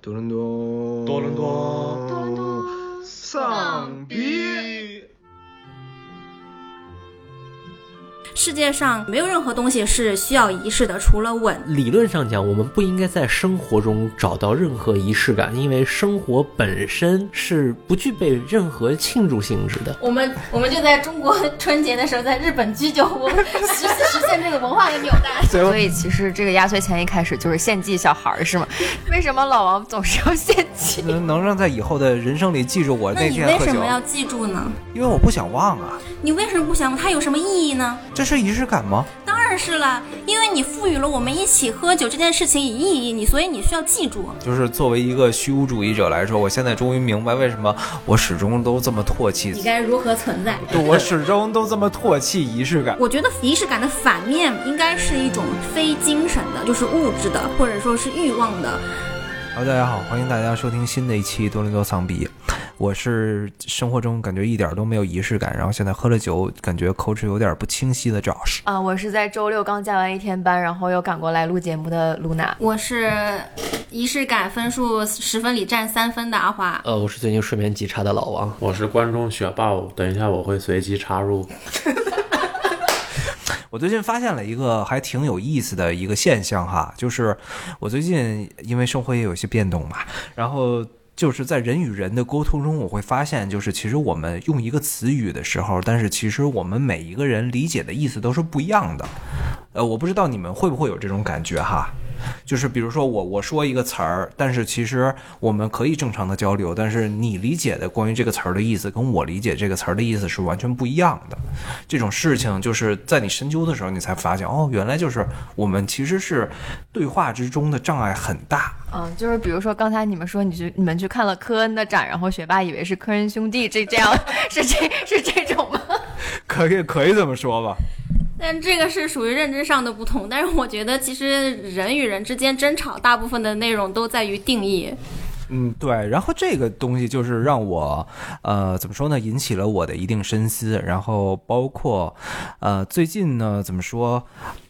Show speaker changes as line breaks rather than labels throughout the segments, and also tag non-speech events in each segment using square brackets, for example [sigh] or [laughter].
多伦多，
多伦多
多伦多
丧逼。
世界上没有任何东西是需要仪式的，除了吻。
理论上讲，我们不应该在生活中找到任何仪式感，因为生活本身是不具备任何庆祝性质的。
我们我们就在中国春节的时候在日本居酒屋实实现这个文化的纽带。
所以其实这个压岁钱一开始就是献祭小孩儿是吗？为什么老王总是要献祭？
能能让在以后的人生里记住我
那
那
你
天
为
喝
什
酒
么，要记住呢？
因为我不想忘啊，
你为什么不想？它有什么意义呢？
这是仪式感吗？
当然是啦，因为你赋予了我们一起喝酒这件事情以意义，你所以你需要记住。
就是作为一个虚无主义者来说，我现在终于明白为什么我始终都这么唾弃
你，该如何存在？
对我始终都这么唾弃仪式感。
我觉得仪式感的反面应该是一种非精神的，就是物质的，或者说是欲望的。
好，大家好，欢迎大家收听新的一期《多伦多丧逼》，我是生活中感觉一点都没有仪式感，然后现在喝了酒，感觉口齿有点不清晰的 Josh。
[laughs] 啊、我是在周六刚加完一天班，然后又赶过来录节目的露娜。
我是仪式感分数十分里占三分的阿华，
呃，我是最近睡眠极差的老王，
我是关中学霸，我等一下我会随机插入。
我最近发现了一个还挺有意思的一个现象哈，就是我最近因为生活也有一些变动嘛，然后。就是在人与人的沟通中，我会发现，就是其实我们用一个词语的时候，但是其实我们每一个人理解的意思都是不一样的。呃，我不知道你们会不会有这种感觉哈，就是比如说我我说一个词儿，但是其实我们可以正常的交流，但是你理解的关于这个词儿的意思，跟我理解这个词儿的意思是完全不一样的。这种事情，就是在你深究的时候，你才发现哦，原来就是我们其实是对话之中的障碍很大。
嗯，就是比如说刚才你们说你去你们去看了科恩的展，然后学霸以为是科恩兄弟，这这样 [laughs] 是这是这种吗？
可以可以这么说吧？
但这个是属于认知上的不同。但是我觉得，其实人与人之间争吵，大部分的内容都在于定义。
嗯，对。然后这个东西就是让我，呃，怎么说呢？引起了我的一定深思。然后包括，呃，最近呢，怎么说？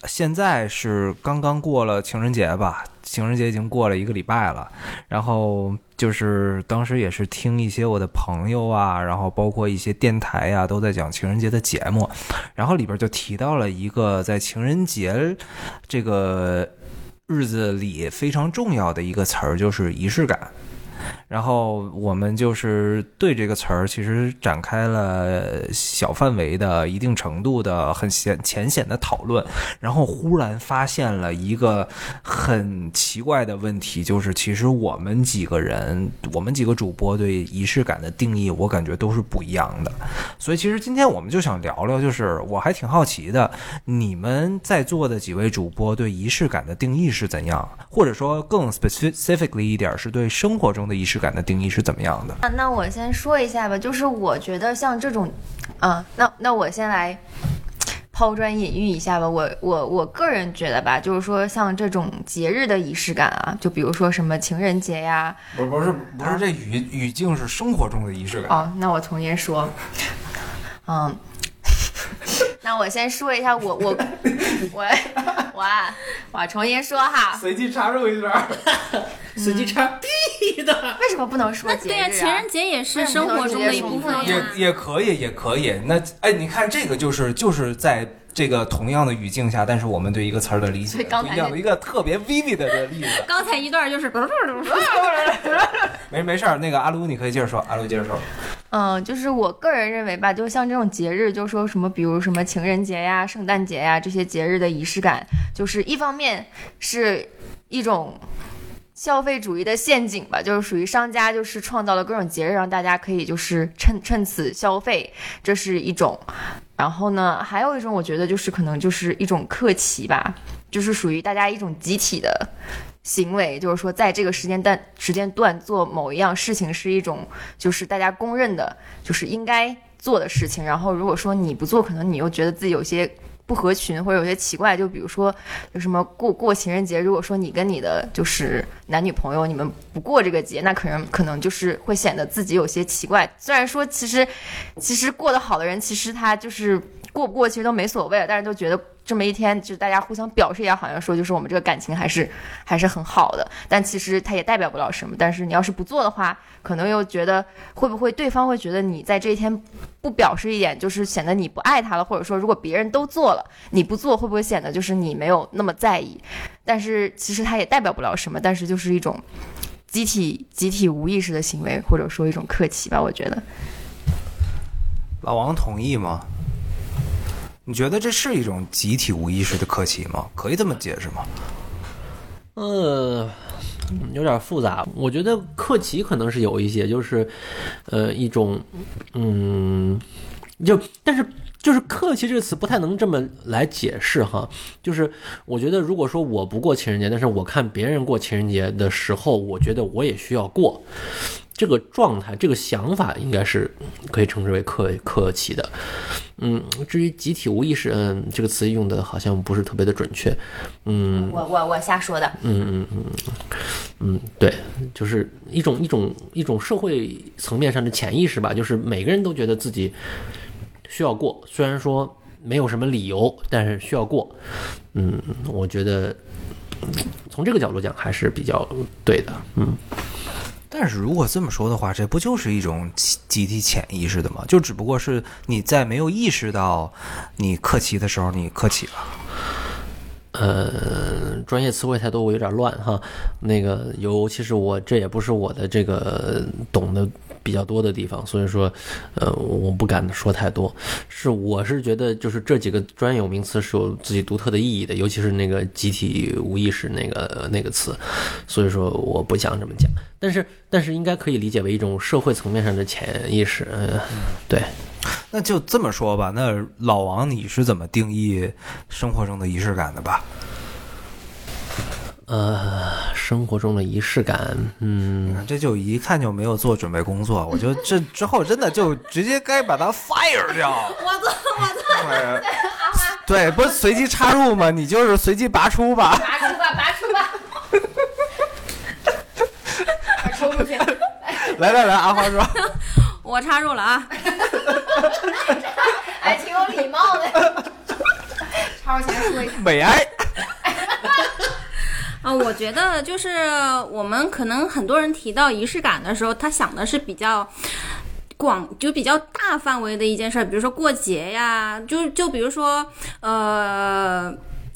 现在是刚刚过了情人节吧？情人节已经过了一个礼拜了。然后就是当时也是听一些我的朋友啊，然后包括一些电台呀、都在讲情人节的节目。然后里边就提到了一个在情人节这个日子里非常重要的一个词儿，就是仪式感。然后我们就是对这个词儿，其实展开了小范围的、一定程度的、很显浅显的讨论，然后忽然发现了一个很奇怪的问题，就是其实我们几个人，我们几个主播对仪式感的定义，我感觉都是不一样的。所以其实今天我们就想聊聊，就是我还挺好奇的，你们在座的几位主播对仪式感的定义是怎样，或者说更 specifically 一点，是对生活中的仪式感的定义是怎么样的？
那那我先说一下吧，就是我觉得像这种，啊，那那我先来抛砖引玉一下吧。我我我个人觉得吧，就是说像这种节日的仪式感啊，就比如说什么情人节呀，
不是不是不是，这语语境是生活中的仪式感。
哦，那我重新说，嗯， [laughs] 那我先说一下我我我我啊我重新说哈，
[laughs] 随机插入一段，
随机插屁的。
为什么不能说节日、
对呀、
啊？
情人节也是
为什
生
么
活中的一
不
部
能
分
直接
呀
也。也可以，也可以。那哎，你看这个就是就是在这个同样的语境下，但是我们对一个词儿的理解 [laughs]
所以刚
不
才
一样的
那
一个特别 vivid 的例子。
刚才一段就是 [laughs]
没没事儿，那个阿卢你可以接着说，阿卢接着说。
嗯，就是我个人认为吧，就像这种节日，就说什么，比如什么情人节呀、圣诞节呀这些节日的仪式感，就是一方面是一种消费主义的陷阱吧，就是属于商家就是创造了各种节日，让大家可以就是趁趁此消费，这是一种。然后呢，还有一种我觉得就是可能就是一种客气吧，就是属于大家一种集体的行为，就是说在这个时间段时间段做某一样事情是一种就是大家公认的，就是应该做的事情。然后如果说你不做，可能你又觉得自己有些不合群，或者有些奇怪。就比如说，有什么过过情人节，如果说你跟你的就是男女朋友你们不过这个节，那可能可能就是会显得自己有些奇怪。虽然说其实其实过得好的人，其实他就是。过不过其实都没所谓了，但是就觉得这么一天，就是大家互相表示一下，好像说就是我们这个感情还是还是很好的，但其实它也代表不了什么。但是你要是不做的话，可能又觉得会不会对方会觉得你在这一天不表示一点，就是显得你不爱他了，或者说如果别人都做了，你不做会不会显得就是你没有那么在意？但是其实它也代表不了什么，但是就是一种集体集体无意识的行为，或者说一种客气吧，我觉得。
老王同意吗？你觉得这是一种集体无意识的客气吗？可以这么解释吗？
呃，有点复杂。我觉得克奇可能是有一些，就是呃一种嗯，就但是。就是“客气”这个词不太能这么来解释哈，就是我觉得如果说我不过情人节，但是我看别人过情人节的时候，我觉得我也需要过，这个状态、这个想法应该是可以称之为客客气的。嗯，至于集体无意识，嗯，这个词用的好像不是特别的准确。嗯，
我我我瞎说的，
嗯嗯嗯嗯，对，就是一种一种一种社会层面上的潜意识吧，就是每个人都觉得自己需要过，虽然说没有什么理由，但是需要过。嗯，我觉得嗯从这个角度讲还是比较对的。嗯，
但是如果这么说的话，这不就是一种集集体潜意识的吗？就只不过是你在没有意识到你客气的时候，你客气了。
呃，专业词汇太多，我有点乱哈。那个，尤其是我这也不是我的这个懂得比较多的地方，所以说，呃，我不敢说太多。是，我是觉得就是这几个专有名词是有自己独特的意义的，尤其是那个集体无意识那个那个词，所以说我不想这么讲。但是，但是应该可以理解为一种社会层面上的潜意识。呃、对，
那就这么说吧，那老王你是怎么定义生活中的仪式感的吧？
呃，生活中的仪式感，嗯
你。看，这就一看就没有做准备工作，我觉得这之后真的就直接该把他 fire 掉。我做，我做。
[laughs]
对，不是随机插入吗？你就是随机拔出吧。
拔出吧，拔出
[laughs]
吧， [laughs] 把抽出去。
来来来，阿花说， [laughs]
我插入了啊，
哎
还挺有礼貌的。超前说一下，
美哀。
啊，我觉得就是我们可能很多人提到仪式感的时候，他想的是比较。广就比较大范围的一件事儿，比如说过节呀，就就比如说，呃，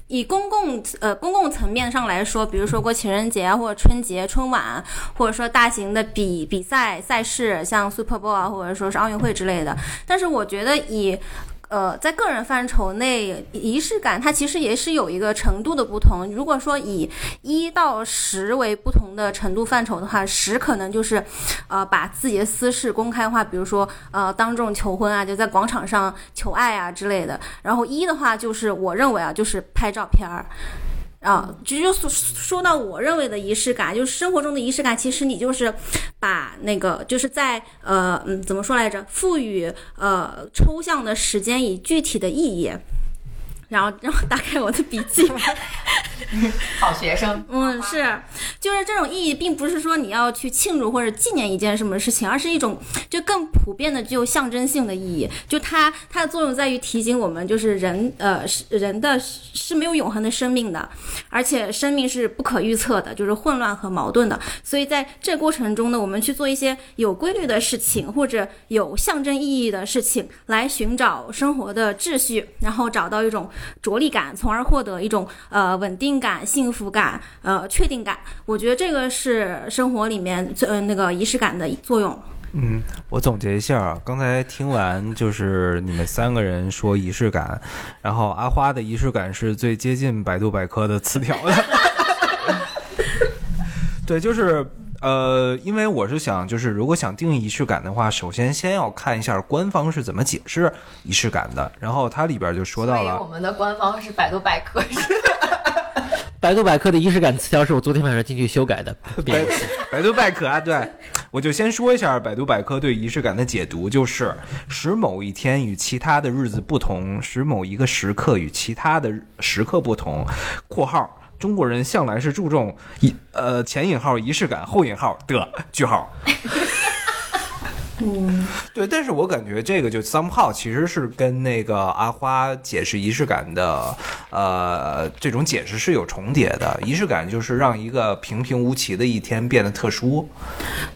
以公共呃公共层面上来说，比如说过情人节啊，或者春节、春晚，或者说大型的比比赛赛事，像 Super Bowl 啊，或者说是奥运会之类的。但是我觉得以呃，在个人范畴内，仪式感它其实也是有一个程度的不同。如果说以一到十为不同的程度范畴的话，十可能就是，呃，把自己的私事公开化，比如说呃当众求婚啊，就在广场上求爱啊之类的。然后一的话就是，我认为啊，就是拍照片儿。啊，就就说说到我认为的仪式感，就是生活中的仪式感，其实你就是把那个就是在呃嗯怎么说来着，赋予呃抽象的时间以具体的意义。然后让我打开我的笔记，
好学生，
嗯，是，就是这种意义，并不是说你要去庆祝或者纪念一件什么事情，而是一种就更普遍的具有象征性的意义。就它它的作用在于提醒我们，就是人呃是人的是是没有永恒的生命的，而且生命是不可预测的，就是混乱和矛盾的。所以在这过程中呢，我们去做一些有规律的事情，或者有象征意义的事情，来寻找生活的秩序，然后找到一种着力感，从而获得一种呃稳定感、幸福感、呃确定感。我觉得这个是生活里面最呃那个仪式感的作用。
嗯，我总结一下啊，刚才听完就是你们三个人说仪式感，然后阿花的仪式感是最接近百度百科的词条的。 [laughs] 对，就是呃，因为我是想，就是如果想定义仪式感的话，首先先要看一下官方是怎么解释仪式感的，然后它里边就说到
所以我
了，
们的官方是百度百科，
百度百科的仪式感词条是我昨天晚上进去修改的，变
百百度百科啊，对，我就先说一下百度百科对仪式感的解读，就是使某一天与其他的日子不同，使某一个时刻与其他的时刻不同。（括号）中国人向来是注重仪呃前引号仪式感后引号的句号。 [laughs] 对，但是我感觉这个就 somehow 其实是跟那个阿花解释仪式感的，呃，这种解释是有重叠的。仪式感就是让一个平平无奇的一天变得特殊。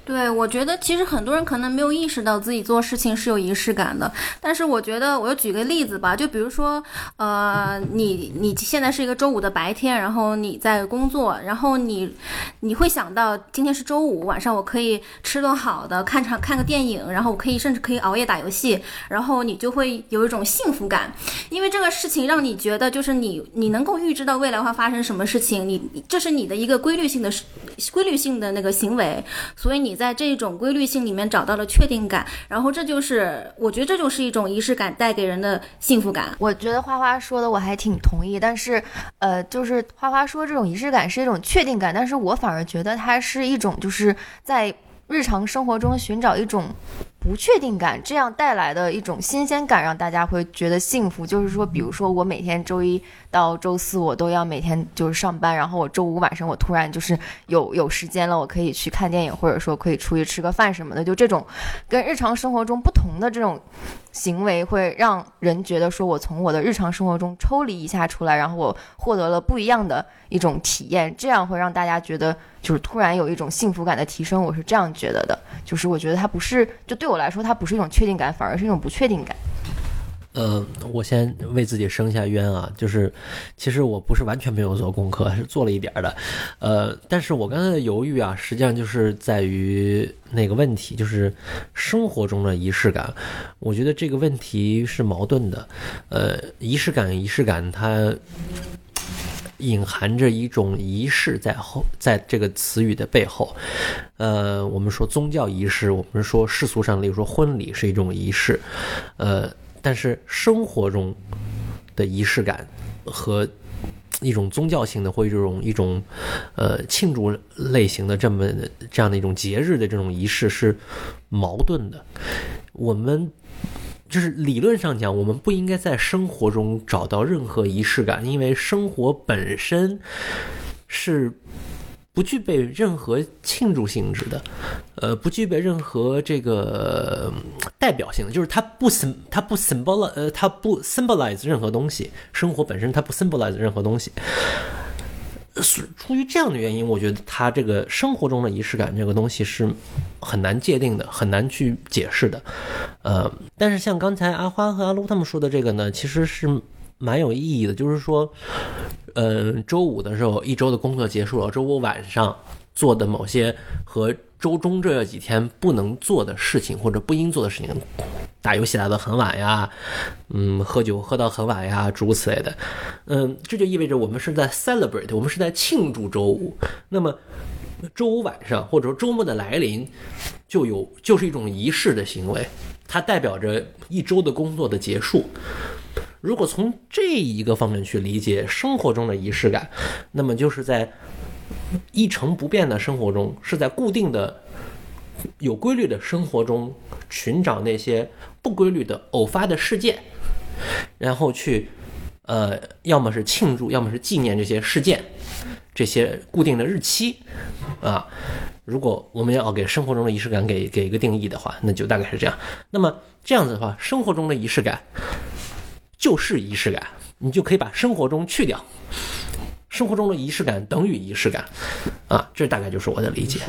对，我觉得其实很多人可能没有意识到自己做事情是有仪式感的，但是我觉得，我就举个例子吧，就比如说，呃，你你现在是一个周五的白天，然后你在工作，然后你你会想到今天是周五晚上，我可以吃顿好的，看场看个电影，然后我可以甚至可以熬夜打游戏，然后你就会有一种幸福感，因为这个事情让你觉得就是你你能够预知到未来会发生什么事情，你这是你的一个规律性的事规律性的那个行为，所以你在这种规律性里面找到了确定感，然后这就是我觉得这就是一种仪式感带给人的幸福感。
我觉得花花说的我还挺同意，但是，呃，就是花花说这种仪式感是一种确定感，但是我反而觉得它是一种就是在日常生活中寻找一种不确定感，这样带来的一种新鲜感，让大家会觉得幸福。就是说，比如说我每天周一到周四我都要每天就是上班，然后我周五晚上我突然就是有有时间了，我可以去看电影，或者说可以出去吃个饭什么的，就这种跟日常生活中不同的这种行为会让人觉得说我从我的日常生活中抽离一下出来，然后我获得了不一样的一种体验，这样会让大家觉得就是突然有一种幸福感的提升，我是这样觉得的。就是我觉得它不是，就对我来说，它不是一种确定感，反而是一种不确定感。
呃，我先为自己申下冤啊，就是其实我不是完全没有做功课，是做了一点儿的，呃，但是我刚才的犹豫啊，实际上就是在于那个问题，就是生活中的仪式感。我觉得这个问题是矛盾的，呃，仪式感，仪式感它。隐含着一种仪式在后，在这个词语的背后，呃，我们说宗教仪式，我们说世俗上，例如说婚礼是一种仪式，呃，但是生活中的仪式感和一种宗教性的或者这种一种呃庆祝类型的这么这样的一种节日的这种仪式是矛盾的。我们就是理论上讲，我们不应该在生活中找到任何仪式感，因为生活本身是不具备任何庆祝性质的，呃，不具备任何这个呃代表性的，就是它不 sym 它不 symbol 呃它不 symbolize 任何东西，生活本身它不 symbolize 任何东西。是出于这样的原因，我觉得它这个生活中的仪式感这个东西是很难界定的，很难去解释的。呃，但是像刚才阿花和阿撸他们说的这个呢，其实是蛮有意义的，就是说，呃，周五的时候一周的工作结束了，周五晚上做的某些和周中这几天不能做的事情或者不应做的事情，打游戏打到很晚呀，嗯，喝酒喝到很晚呀，诸如此类的，嗯，这就意味着我们是在 celebrate，我们是在庆祝周五。那么周五晚上或者说周末的来临，就有就是一种仪式的行为，它代表着一周的工作的结束。如果从这一个方面去理解生活中的仪式感，那么就是在一成不变的生活中，是在固定的、有规律的生活中寻找那些不规律的偶发的事件，然后去呃，要么是庆祝，要么是纪念这些事件，这些固定的日期啊。如果我们要给生活中的仪式感给给一个定义的话，那就大概是这样。那么这样子的话，生活中的仪式感就是仪式感，你就可以把生活中去掉。生活中的仪式感等于仪式感，啊，这大概就是我的理解。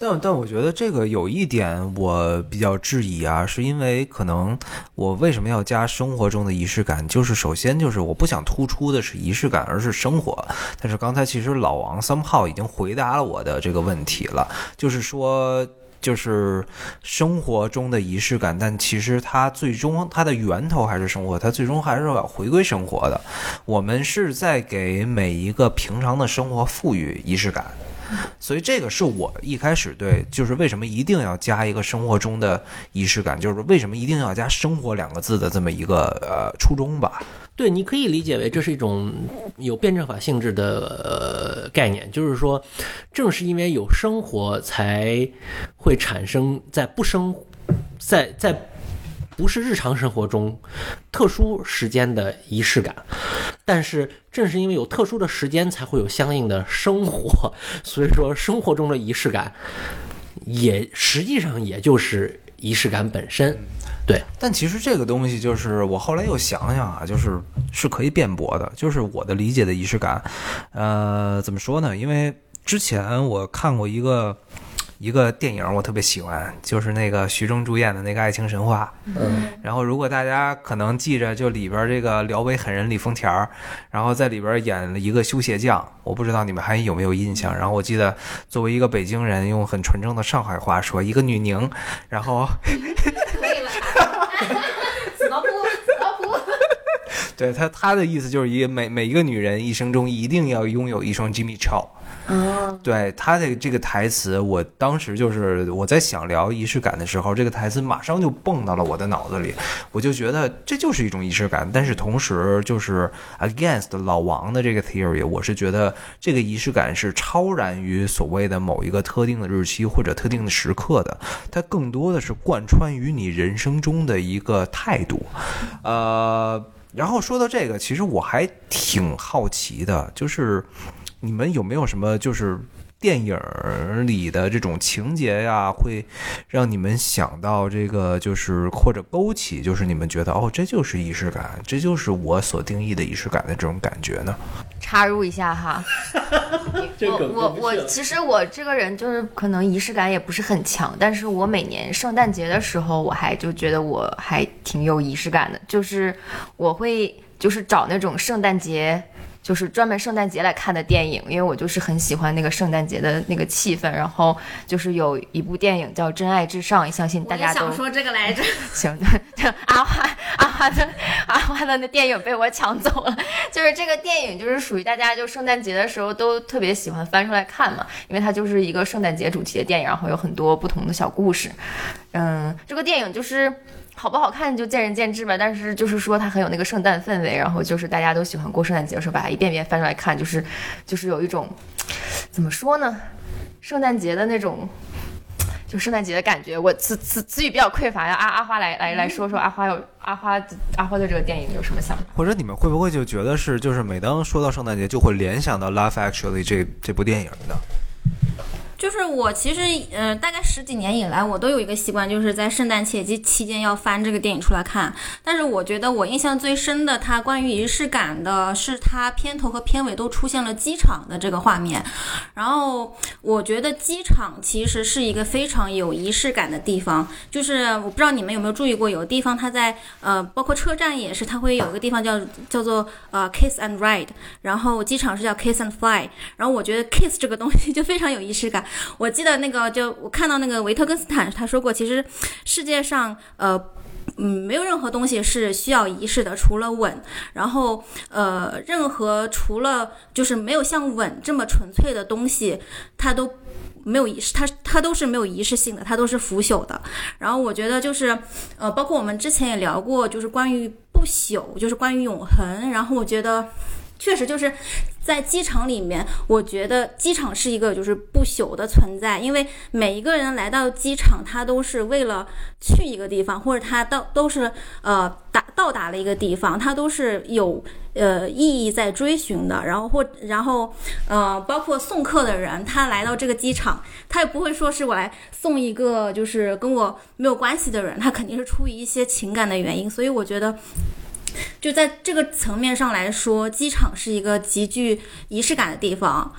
但但我觉得这个有一点我比较质疑啊，是因为可能我为什么要加生活中的仪式感？就是首先就是我不想突出的是仪式感，而是生活。但是刚才其实老王 somehow 已经回答了我的这个问题了，就是说。就是生活中的仪式感，但其实它最终它的源头还是生活，它最终还是要回归生活的。我们是在给每一个平常的生活赋予仪式感，所以这个是我一开始对，就是为什么一定要加一个生活中的仪式感，就是为什么一定要加“生活”两个字的这么一个呃初衷吧。
对，你可以理解为这是一种有辩证法性质的、呃、概念，就是说，正是因为有生活，才会产生在不生在在不是日常生活中特殊时间的仪式感。但是，正是因为有特殊的 [laughs] 时间，才会有相应的生活，所以说生活中的仪式感也实际上也就是仪式感本身。对，
但其实这个东西就是我后来又想想啊，就是是可以辩驳的，就是我的理解的仪式感，呃，怎么说呢？因为之前我看过一个一个电影，我特别喜欢，就是那个徐峥主演的那个《爱情神话》。
嗯，
然后如果大家可能记着，就里边这个辽北狠人李丰田儿，然后在里边演了一个修鞋匠，我不知道你们还有没有印象。然后我记得作为一个北京人，用很纯正的上海话说，一个女宁，然后。
[laughs]
死老虎，死老虎。
[laughs] 对他，他的意思就是一每每一个女人一生中一定要拥有一双 Jimmy Choo。对他的这个台词，我当时就是我在想聊仪式感的时候，这个台词马上就蹦到了我的脑子里，我就觉得这就是一种仪式感。但是同时，就是 against 老王的这个 theory，我是觉得这个仪式感是超然于所谓的某一个特定的日期或者特定的时刻的，它更多的是贯穿于你人生中的一个态度，呃。然后说到这个，其实我还挺好奇的，就是你们有没有什么就是电影儿里的这种情节呀，会让你们想到这个，就是或者勾起，就是你们觉得哦，这就是仪式感，这就是我所定义的仪式感的这种感觉呢？
插入一下 [laughs] 哈，
这
我我我其实我这个人就是可能仪式感也不是很强，但是我每年圣诞节的时候，我还就觉得我还挺有仪式感的，就是我会就是找那种圣诞节。就是专门圣诞节来看的电影，因为我就是很喜欢那个圣诞节的那个气氛。然后就是有一部电影叫《真爱至上》，相信
我
大
也
家都
想说这个来着，
行， [laughs] 阿花阿花的阿花的那电影被我抢走了，就是这个电影就是属于大家就圣诞节的时候都特别喜欢翻出来看嘛，因为它就是一个圣诞节主题的电影，然后有很多不同的小故事。嗯，这个电影就是好不好看就见仁见智吧，但是就是说它很有那个圣诞氛围，然后就是大家都喜欢过圣诞节的时候把它一遍遍翻出来看，就是就是有一种怎么说呢，圣诞节的那种。就圣诞节的感觉，我词词词语比较匮乏呀。阿、阿花来来来说说，阿花有阿花阿花对这个电影有什么想法？
或者你们会不会就觉得是，就是每当说到圣诞节，就会联想到《Love Actually 这》这部电影呢？
就是我其实呃，大概十几年以来，我都有一个习惯，就是在圣诞节期期间要翻这个电影出来看。但是我觉得我印象最深的，它关于仪式感的是它片头和片尾都出现了机场的这个画面。然后我觉得机场其实是一个非常有仪式感的地方，就是我不知道你们有没有注意过，有的地方它在呃，包括车站也是，它会有一个地方叫叫做呃 kiss and ride，然后机场是叫 kiss and fly。然后我觉得 kiss 这个东西就非常有仪式感。我记得那个就我看到那个维特根斯坦他说过，其实世界上呃。嗯，没有任何东西是需要仪式的，除了吻。然后，呃，任何除了就是没有像吻这么纯粹的东西，它都没有仪式，它它都是没有仪式性的，它都是腐朽的。然后我觉得就是，呃，包括我们之前也聊过，就是关于不朽，就是关于永恒。然后我觉得，确实就是在机场里面，我觉得机场是一个就是不朽的存在，因为每一个人来到机场，他都是为了去一个地方，或者他到都是呃达到达了一个地方，他都是有呃意义在追寻的。然后或然后呃，包括送客的人，他来到这个机场，他也不会说是我来送一个就是跟我没有关系的人，他肯定是出于一些情感的原因。所以我觉得。就在这个层面上来说，机场是一个极具仪式感的地方。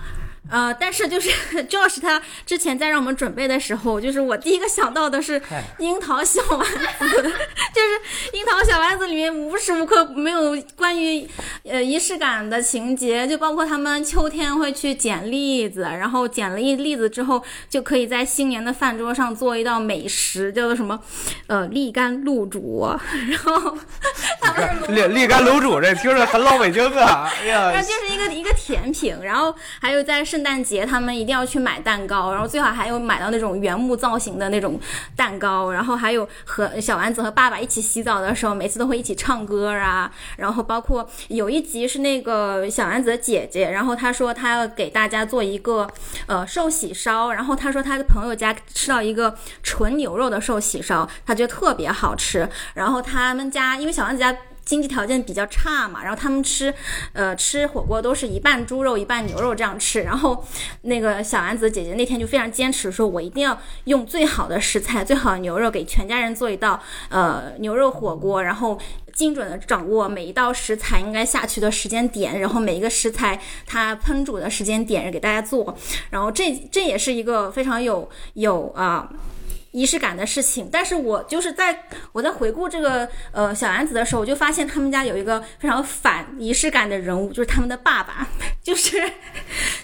呃，但是 [laughs] 就是 Josh 他之前在让我们准备的时候，就是我第一个想到的是樱桃小丸子， [laughs] 就是樱桃小丸子里面无时无刻没有关于呃仪式感的情节，就包括他们秋天会去捡栗子，然后捡了一栗子之后，就可以在新年的饭桌上做一道美食，叫做什么呃栗干露煮， [laughs] 然后
[laughs] 立立干卤煮这听着很老北京啊！哎呀
然后就是一个一个甜品，然后还有在圣诞节他们一定要去买蛋糕，然后最好还有买到那种原木造型的那种蛋糕，然后还有和小丸子和爸爸一起洗澡的时候，每次都会一起唱歌啊，然后包括有一集是那个小丸子的姐姐，然后她说她要给大家做一个呃寿喜烧，然后她说她的朋友家吃到一个纯牛肉的寿喜烧，她觉得特别好吃，然后他们家因为小丸子家。经济条件比较差嘛，然后他们吃呃吃火锅都是一半猪肉一半牛肉这样吃，然后那个小丸子姐姐那天就非常坚持说，我一定要用最好的食材、最好的牛肉给全家人做一道呃牛肉火锅，然后精准的掌握每一道食材应该下去的时间点，然后每一个食材它烹煮的时间点给大家做，然后这这也是一个非常有有啊。仪式感的事情，但是我就是在我在回顾这个呃小丸子的时候，我就发现他们家有一个非常反仪式感的人物，就是他们的爸爸， [laughs] 就是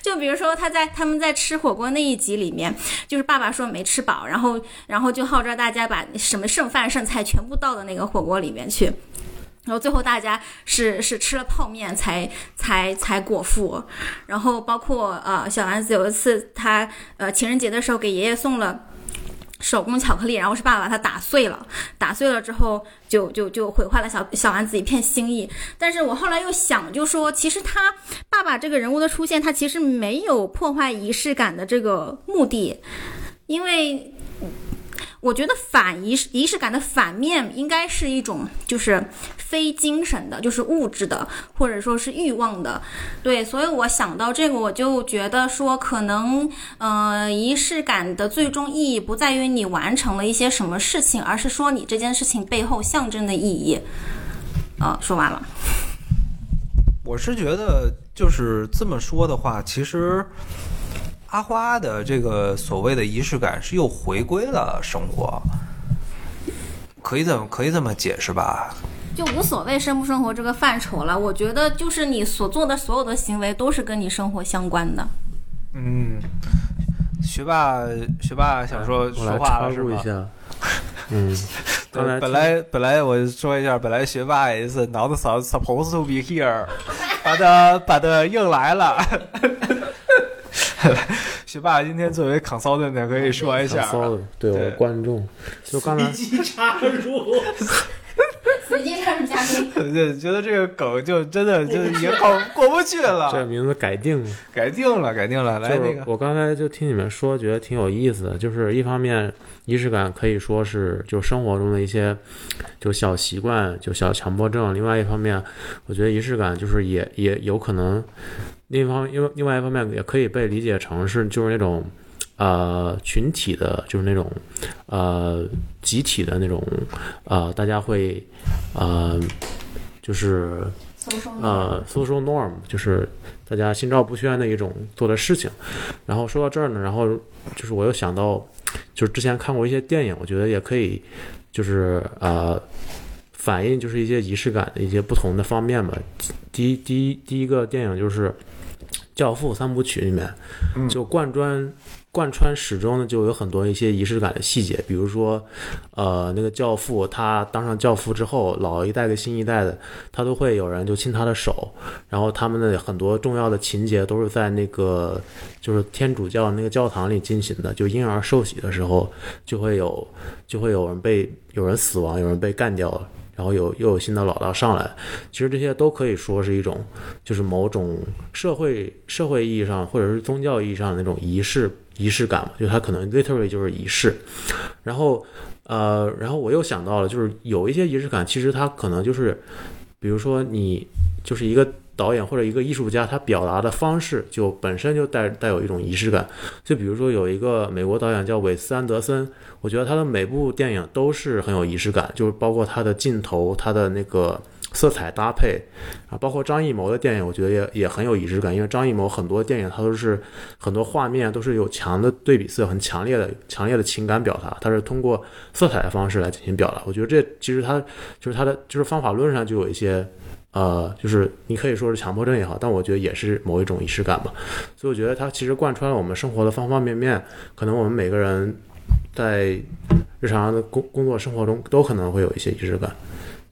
就比如说他在他们在吃火锅那一集里面，就是爸爸说没吃饱，然后然后就号召大家把什么剩饭剩菜全部倒到那个火锅里面去。然后最后大家是是吃了泡面才才才果腹，然后包括呃小丸子有一次他呃情人节的时候给爷爷送了。手工巧克力，然后是爸爸把它打碎了，打碎了之后就就就毁坏了小小丸子一片心意。但是我后来又想，就说其实他爸爸这个人物的出现，他其实没有破坏仪式感的这个目的，因为我觉得反仪式仪式感的反面应该是一种就是非精神的，就是物质的，或者说是欲望的。对，所以我想到这个，我就觉得说，可能呃，仪式感的最终意义不在于你完成了一些什么事情，而是说你这件事情背后象征的意义。呃，说完了。
我是觉得，就是这么说的话，其实阿花的这个所谓的仪式感是又回归了生活，可以这么可以这么解释吧？
就无所谓生不生活这个范畴了，我觉得就是你所做的所有的行为都是跟你生活相关的。
嗯，学霸学霸想说
哎我
说
来
话
插
了是
入一
吗？
[laughs] 下。嗯，
对
刚才
本来本来我说一下，本来学霸也是 not sup- supposed to be [laughs] here，把他把他硬来了。 [laughs] 学霸今天作为 consultant 可以说一
听
下，
骚的，对我
对
观众，就刚 [laughs] 才
随机上嘉宾，
[laughs] 就觉得这个梗就真的就也过过不去
这个
了，
名字改定了。
改定了，改定了，来
就
那
是
个，
我刚才就听你们说，觉得挺有意思的。就是一方面，仪式感可以说是就生活中的一些就小习惯、就小强迫症；另外一方面，我觉得仪式感就是也也有可能，另一方因为另外一方面也可以被理解成是就是那种呃群体的，就是那种呃集体的那种呃大家会呃就是呃 social norm 就是大家心照不宣的一种做的事情。然后说到这儿呢，然后就是我又想到，就是之前看过一些电影，我觉得也可以，就是呃，反映就是一些仪式感的一些不同的方面吧。第一第一第一个电影就是《教父》三部曲里面，就贯穿。贯穿始终呢，就有很多一些仪式感的细节，比如说，呃，那个教父他当上教父之后，老一代跟新一代的，他都会有人就亲他的手，然后他们的很多重要的情节都是在那个就是天主教那个教堂里进行的，就婴儿受洗的时候就会有就会有人被有人死亡，有人被干掉了。然后有又有新的老大上来，其实这些都可以说是一种，就是某种社会社会意义上或者是宗教意义上的那种仪式仪式感嘛，就它可能 literally 就是仪式。然后呃，然后我又想到了，就是有一些仪式感，其实它可能就是，比如说你就是一个导演或者一个艺术家，他表达的方式就本身就带带有一种仪式感。就比如说有一个美国导演叫韦斯安德森，我觉得他的每部电影都是很有仪式感，就是包括他的镜头，他的那个。色彩搭配啊，包括张艺谋的电影，我觉得也也很有仪式感，因为张艺谋很多电影他都是很多画面都是有强的对比色，很强烈的强烈的情感表达，它是通过色彩的方式来进行表达。我觉得这其实它就是它的就是方法论上就有一些。呃，就是你可以说是强迫症也好，但我觉得也是某一种仪式感吧。所以我觉得它其实贯穿了我们生活的方方面面，可能我们每个人在日常的工工作生活中都可能会有一些仪式感。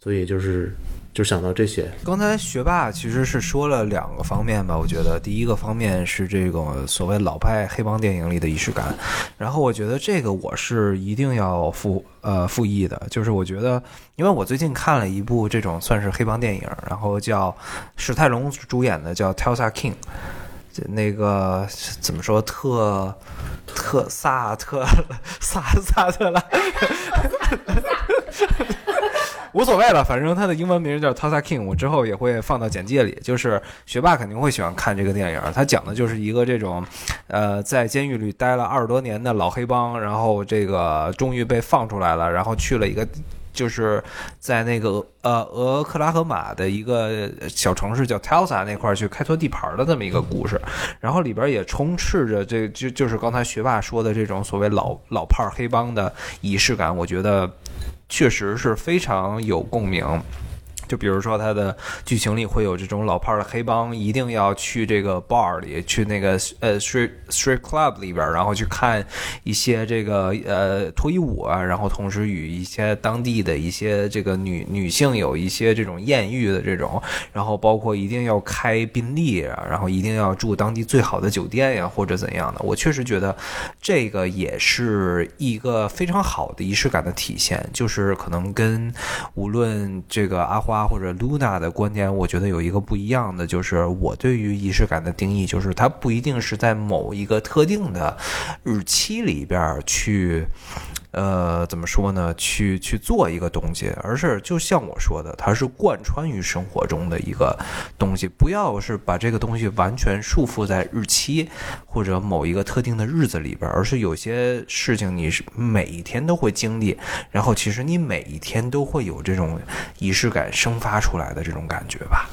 所以就是就想到这些，
刚才学霸其实是说了两个方面吧，我觉得第一个方面是这种所谓老派黑帮电影里的仪式感，然后我觉得这个我是一定要复呃复议的，就是我觉得，因为我最近看了一部这种算是黑帮电影，然后叫史泰龙主演的叫《Tulsa King》。就那个怎么说特 [laughs] 特萨特萨萨特拉无所谓了，反正他的英文名叫 Tata King，我之后也会放到简介里。就是学霸肯定会喜欢看这个电影，他讲的就是一个这种，呃，在监狱里待了二十多年的老黑帮，然后这个终于被放出来了，然后去了一个。就是在那个呃俄克拉荷马的一个小城市叫 Tulsa 那块儿去开拓地盘的这么一个故事，然后里边也充斥着这就就是刚才学霸说的这种所谓老老派儿黑帮的仪式感，我觉得确实是非常有共鸣。就比如说，它的剧情里会有这种老炮儿的黑帮，一定要去这个 bar 里，去那个呃 street street club 里边儿，然后去看一些这个呃脱衣舞啊，然后同时与一些当地的一些这个女女性有一些这种艳遇的这种，然后包括一定要开宾利啊，然后一定要住当地最好的酒店呀、或者怎样的。我确实觉得这个也是一个非常好的仪式感的体现，就是可能跟无论这个阿花或者 Luna 的观点，我觉得有一个不一样的，就是我对于仪式感的定义，就是它不一定是在某一个特定的日期里边儿去。呃，怎么说呢？去去做一个东西，而是就像我说的，它是贯穿于生活中的一个东西。不要是把这个东西完全束缚在日期或者某一个特定的日子里边儿，而是有些事情你是每一天都会经历，然后其实你每一天都会有这种仪式感生发出来的这种感觉吧。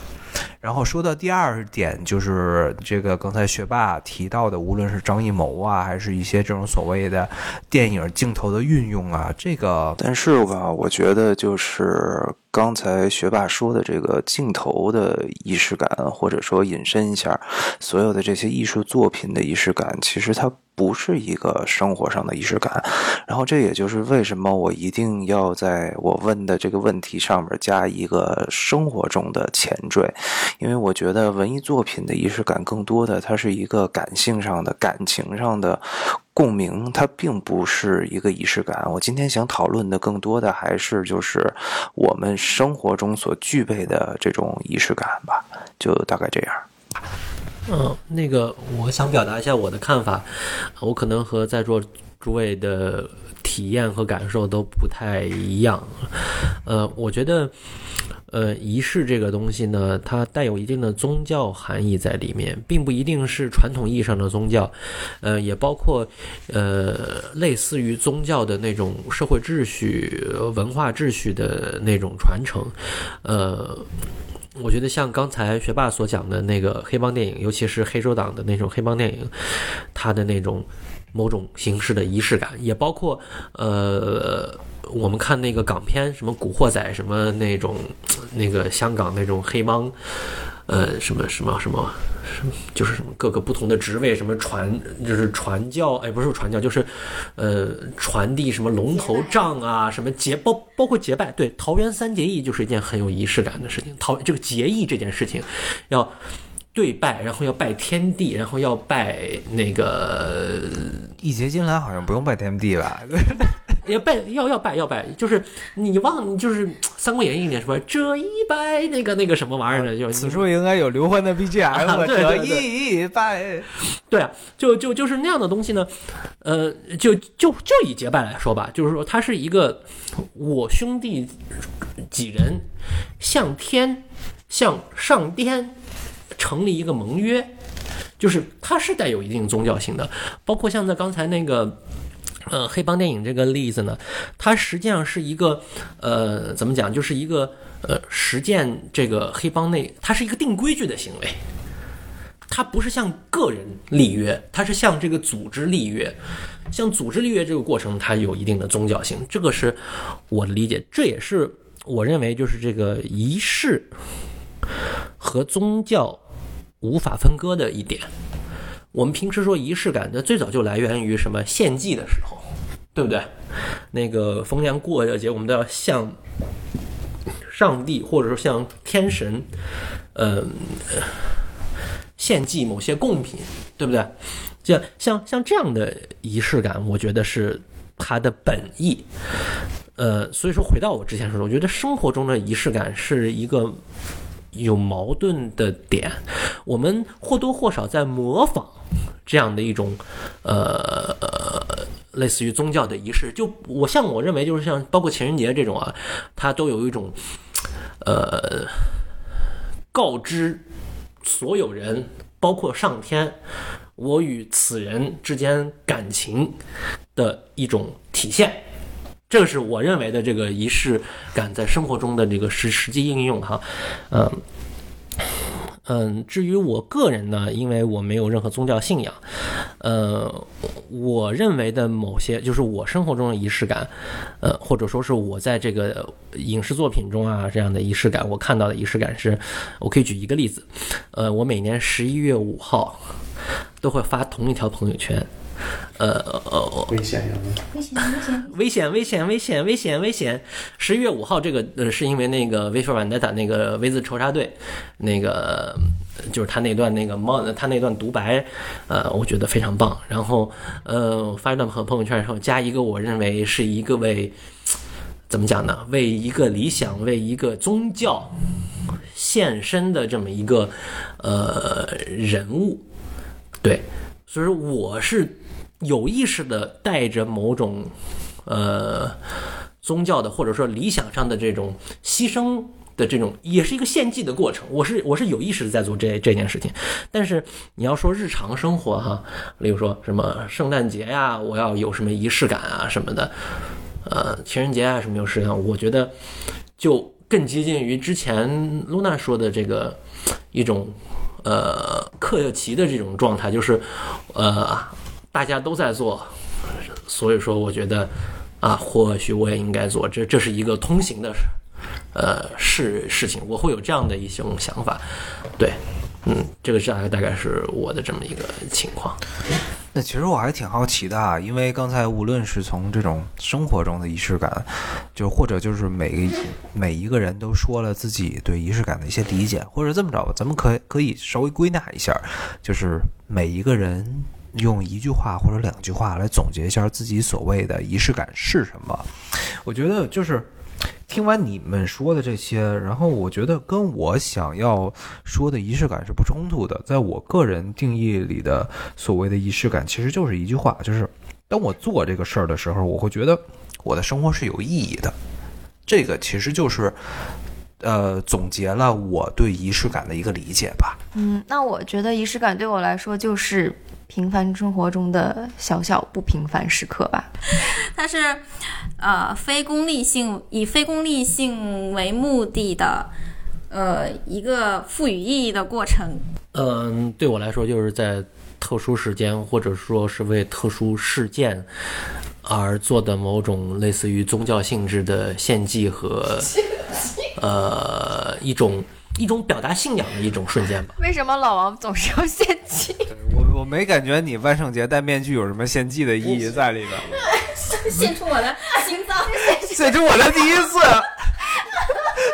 然后说到第二点，就是这个刚才学霸提到的，无论是张艺谋啊，还是一些这种所谓的电影镜头的运用啊，这个
但是吧，我觉得就是刚才学霸说的这个镜头的仪式感，或者说引申一下，所有的这些艺术作品的仪式感，其实它不是一个生活上的仪式感。然后这也就是为什么我一定要在我问的这个问题上面加一个生活中的前缀，因为我觉得文艺作品的仪式感更多的它是一个感性上的、感情上的。共鸣它并不是一个仪式感，我今天想讨论的更多的还是就是我们生活中所具备的这种仪式感吧，就大概这样。
嗯，那个我想表达一下我的看法，我可能和在座诸位的体验和感受都不太一样。呃，我觉得，呃，仪式这个东西呢，它带有一定的宗教含义在里面，并不一定是传统意义上的宗教，呃，也包括呃类似于宗教的那种社会秩序、呃文化秩序的那种传承，呃。我觉得像刚才学霸所讲的那个黑帮电影，尤其是黑手党的那种黑帮电影，它的那种某种形式的仪式感，也包括呃，我们看那个港片，什么《古惑仔》，什么那种那个香港那种黑帮，呃，什么什么什么什么，就是什么各个不同的职位，什么传就是传教，哎，不是传教，就是呃传递什么龙头杖啊，什么结包包括结拜，对，桃园三结义就是一件很有仪式感的事情。桃这个结义这件事情，要对拜，然后要拜天地，然后要拜那个
一结金兰好像不用拜天地吧？ [laughs]
要拜要要拜要拜，就是你忘就是《三国演义》里面什么这一拜那个那个什么玩意儿的，就是
此处应该有刘欢的 BGM，、
啊对
这
对对
一拜。
对啊，就就就是那样的东西呢，呃，就就就以结拜来说吧，就是说它是一个我兄弟几人向天向上天成立一个盟约，就是它是带有一定宗教性的，包括像在刚才那个。呃，黑帮电影这个例子呢，它实际上是一个，呃，怎么讲，就是一个呃，实践这个黑帮内，它是一个定规矩的行为，它不是向个人立约，它是向这个组织立约。像组织立约这个过程，它有一定的宗教性，这个是我的理解，这也是我认为就是这个仪式和宗教无法分割的一点。我们平时说仪式感的最早就来源于什么？献祭的时候，对不对？那个逢年过节，我们都要向上帝或者说向天神，呃，献祭某些贡品，对不对？像像像这样的仪式感，我觉得是它的本意。呃，所以说回到我之前说的，我觉得生活中的仪式感是一个有矛盾的点，我们或多或少在模仿这样的一种呃类似于宗教的仪式。就我像我认为，就是像包括情人节这种啊，它都有一种呃告知所有人，包括上天，我与此人之间感情的一种体现。这是我认为的这个仪式感在生活中的这个实实际应用哈，嗯。嗯，至于我个人呢，因为我没有任何宗教信仰，呃，我认为的某些就是我生活中的仪式感，呃，或者说是我在这个影视作品中啊这样的仪式感，我看到的仪式感是，我可以举一个例子，呃，我每年十一月五号都会发同一条朋友圈，呃呃，
危险呀！
危险危险，
危险，危险，危险，危险，危险！十一月五号，这个呃，是因为那个《威尔万代塔》那个 V 字仇杀队，那个呃就是他那段那个猫，他那段独白，呃，我觉得非常棒。然后呃，我发一段朋朋友圈，然后加一个我认为是一个为怎么讲呢？为一个理想，为一个宗教献身的这么一个呃人物，对，所以说我是有意识的带着某种呃宗教的或者说理想上的这种牺牲的这种，也是一个献祭的过程。我是我是有意识的在做这这件事情，但是你要说日常生活哈、例如说什么圣诞节呀、我要有什么仪式感啊什么的，呃，情人节啊什么有式感，我觉得就更接近于之前露娜说的这个一种呃客奇的这种状态，就是呃大家都在做，所以说我觉得啊，或许我也应该做，这这是一个通行的呃事事情，我会有这样的一种想法，对。嗯，这个是大概大概是我的这么一个情况。
那其实我还挺好奇的啊，因为刚才无论是从这种生活中的仪式感，就或者就是每个每一个人都说了自己对仪式感的一些理解，或者这么着吧，咱们可可以稍微归纳一下，就是每一个人用一句话或者两句话来总结一下自己所谓的仪式感是什么。我觉得就是。听完你们说的这些，然后我觉得跟我想要说的仪式感是不冲突的。在我个人定义里的所谓的仪式感，其实就是一句话，就是当我做这个事儿的时候，我会觉得我的生活是有意义的。这个其实就是，呃，总结了我对仪式感的一个理解吧。
嗯，那我觉得仪式感对我来说就是平凡生活中的小小不平凡时刻吧。
它是呃非功利性以非功利性为目的的呃一个赋予意义的过程。
嗯，对我来说，就是在特殊时间，或者说是为特殊事件而做的某种类似于宗教性质的献祭和呃一种一种表达信仰的一种瞬间吧。
为什么老王总是要献 [laughs] 祭？
我我没感觉你万圣节戴面具有什么献祭的意义在里边。
献出我的心脏，
这是我的第一次，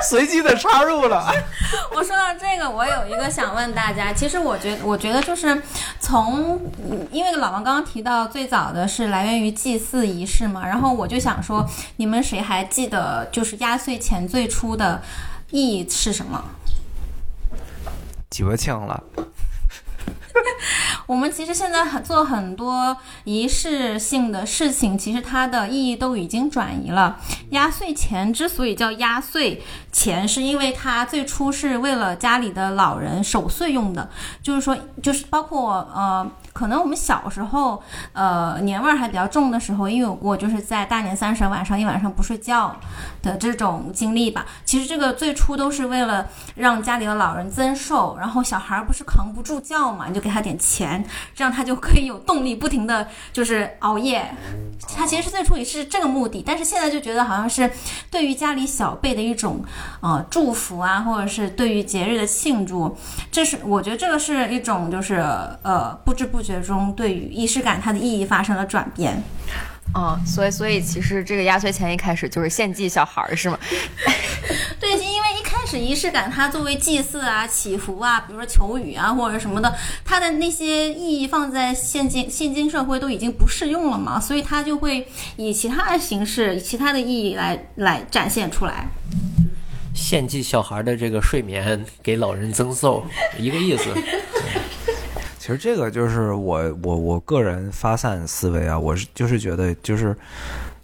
随机的插入了。
[laughs] 我说到这个，我有一个想问大家，其实我觉得，我觉得就是从，嗯因为老王刚刚提到最早的是来源于祭祀仪式嘛，然后我就想说，你们谁还记得就是压岁钱最初的意义是什么？
几位呛了，
我们其实现在很做很多仪式性的事情，其实它的意义都已经转移了。压岁钱之所以叫压岁钱，是因为它最初是为了家里的老人守岁用的，就是说，就是包括呃，可能我们小时候呃年味儿还比较重的时候，也有过就是在大年三十晚上一晚上不睡觉的这种经历吧。其实这个最初都是为了让家里的老人增寿，然后小孩儿不是扛不住觉嘛，你就给他点钱，这样他就可以有动力不停的就是熬夜。他其实最初也是这个目的，但是现在就觉得好像是对于家里小辈的一种呃祝福啊，或者是对于节日的庆祝，这是我觉得这个是一种就是呃不知不觉中对于仪式感它的意义发生了转变。
嗯，所以所以其实这个压岁钱一开始就是献祭小孩儿是吗？
对，因为一开始仪式感，它作为祭祀啊、祈福啊，比如说求雨啊或者什么的，它的那些意义放在现今现今社会都已经不适用了嘛，所以它就会以其他的形式、以其他的意义来来展现出来。
献祭小孩的这个睡眠，给老人增寿，一个意思。
其实这个就是我我我个人发散思维啊，我是就是觉得就是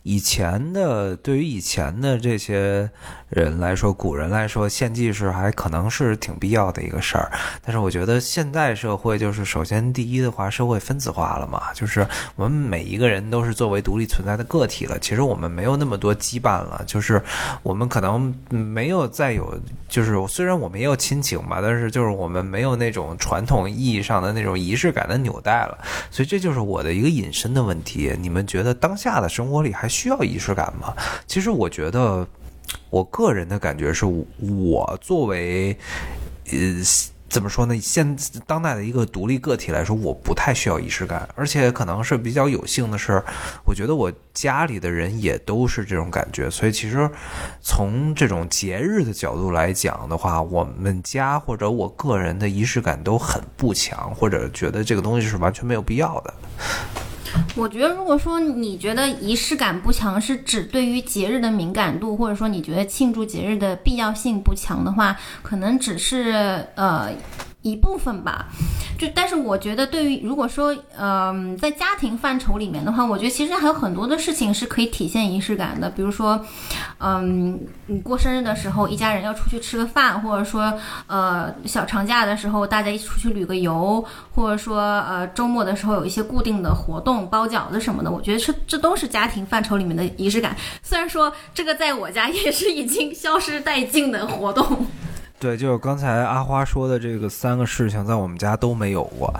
以前的对于以前的这些人来说，古人来说，献祭是还可能是挺必要的一个事儿。但是我觉得现代社会就是首先第一的话，社会分子化了嘛，就是我们每一个人都是作为独立存在的个体了。其实我们没有那么多羁绊了，就是我们可能没有再有，就是虽然我们也有亲情吧，但是就是我们没有那种传统意义上的那种仪式感的纽带了。所以这就是我的一个引申的问题。你们觉得当下的生活里还需要仪式感吗？其实我觉得，我个人的感觉是我我作为呃。怎么说呢？现当代的一个独立个体来说，我不太需要仪式感，而且可能是比较有幸的是，我觉得我家里的人也都是这种感觉，所以其实从这种节日的角度来讲的话，我们家或者我个人的仪式感都很不强，或者觉得这个东西是完全没有必要的。
我觉得，如果说你觉得仪式感不强，是指对于节日的敏感度，或者说你觉得庆祝节日的必要性不强的话，可能只是呃一部分吧。就但是我觉得，对于如果说嗯、在家庭范畴里面的话，我觉得其实还有很多的事情是可以体现仪式感的，比如说嗯、你过生日的时候，一家人要出去吃个饭，或者说呃小长假的时候大家一起出去旅个游，或者说呃周末的时候有一些固定的活动，包饺子什么的，我觉得这这都是家庭范畴里面的仪式感。虽然说这个在我家也是已经消失殆尽的活动，
对，就是刚才阿花说的这个三个事情，在我们家都没有过，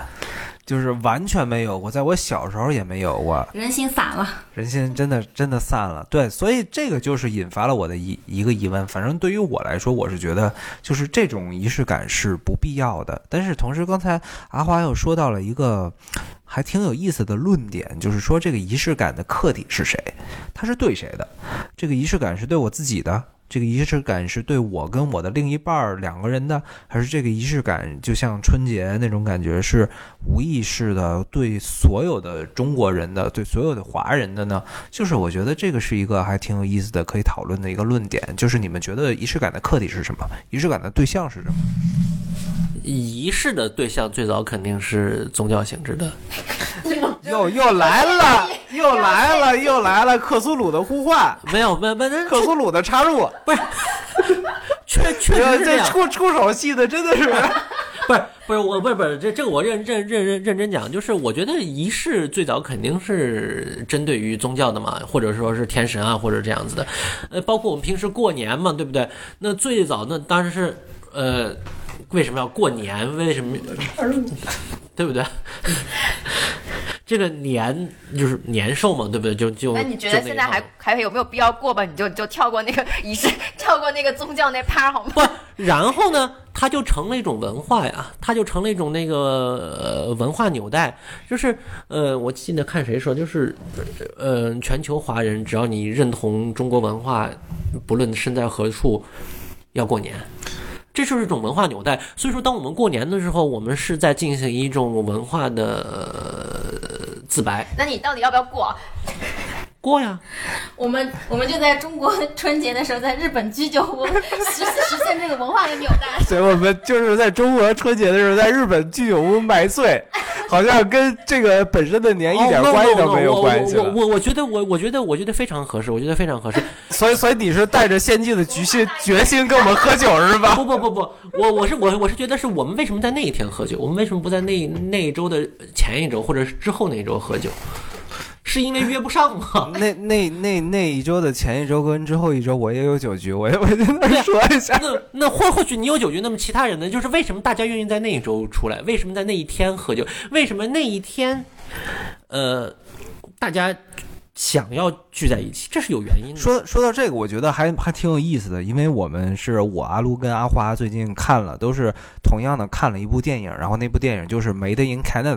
就是完全没有过，在我小时候也没有过。
人心散了。
人心真的真的散了，对，所以这个就是引发了我的一一个疑问。反正对于我来说，我是觉得就是这种仪式感是不必要的。但是同时，刚才阿花又说到了一个还挺有意思的论点，就是说这个仪式感的客体是谁，它是对谁的？这个仪式感是对我自己的，这个仪式感是对我跟我的另一半儿两个人的，还是这个仪式感就像春节那种感觉是无意识的对所有的中国人的，对所有的华人的呢？就是我觉得这个是一个还挺有意思的可以讨论的一个论点，就是你们觉得仪式感的客体是什么？仪式感的对象是什么？
[laughs] 仪式的对象最早肯定是宗教性质的，
又又
[laughs]
来了，又来了， [laughs] 又来了！克苏鲁的呼唤，
没有，没有，没有，那
克苏鲁的插入，
确确实是这
这
样。
出出手戏的真
[laughs]
的是。
不是不是我不是不是这这个我认认认认认真讲，就是我觉得仪式最早肯定是针对于宗教的嘛，或者说是天神啊，或者这样子的，呃，包括我们平时过年嘛，对不对？那最早那当然是呃，为什么要过年？为什么？对不对？ [laughs] 这个年就是年兽嘛，对不对？就就
那你觉得
就那
现
一
在
套
还还有没有必要过吧？你就就跳过那个仪式，跳过那个宗教那趴好吗？ [laughs]
不，
[laughs]
然后呢，它就成了一种文化呀，它就成了一种那个呃文化纽带，就是呃，我记得看谁说，就是呃，全球华人只要你认同中国文化，不论身在何处，要过年。这就是一种文化纽带，所以说，当我们过年的时候，我们是在进行一种文化的、呃自白。
那你到底要不要过？啊
过呀，
我们我们就在中国春节的时候在日本居酒屋实实现这个文化的纽带。
所以我们就是在中国春节的时候，在日本居酒屋买醉，好像跟这个本身的年一点
哦，no，no，
关系都
no，
没有
我
关系
我
了。
我我觉得我我觉得我觉得非常合适，我觉得非常合适。
所以，所以你是带着献祭的决心决心跟我们喝酒是吧？
不不不不，我我是我我是觉得是我们为什么在那一天喝酒，我们为什么不在那那一周的前一周或者是之后那一周喝酒？是因为约不上吗？ [laughs]
那那那那一周的前一周跟之后一周，我也有酒局，我也我在那儿说
[laughs]
一下。
那那或或许你有酒局，那么其他人呢？就是为什么大家愿意在那一周出来？为什么在那一天喝酒？为什么那一天，呃，大家想要聚在一起？这是有原因的。
说说到这个，我觉得还还挺有意思的，因为我们是我阿撸跟阿花最近看了，都是同样的看了一部电影，然后那部电影就是《Made in Canada》，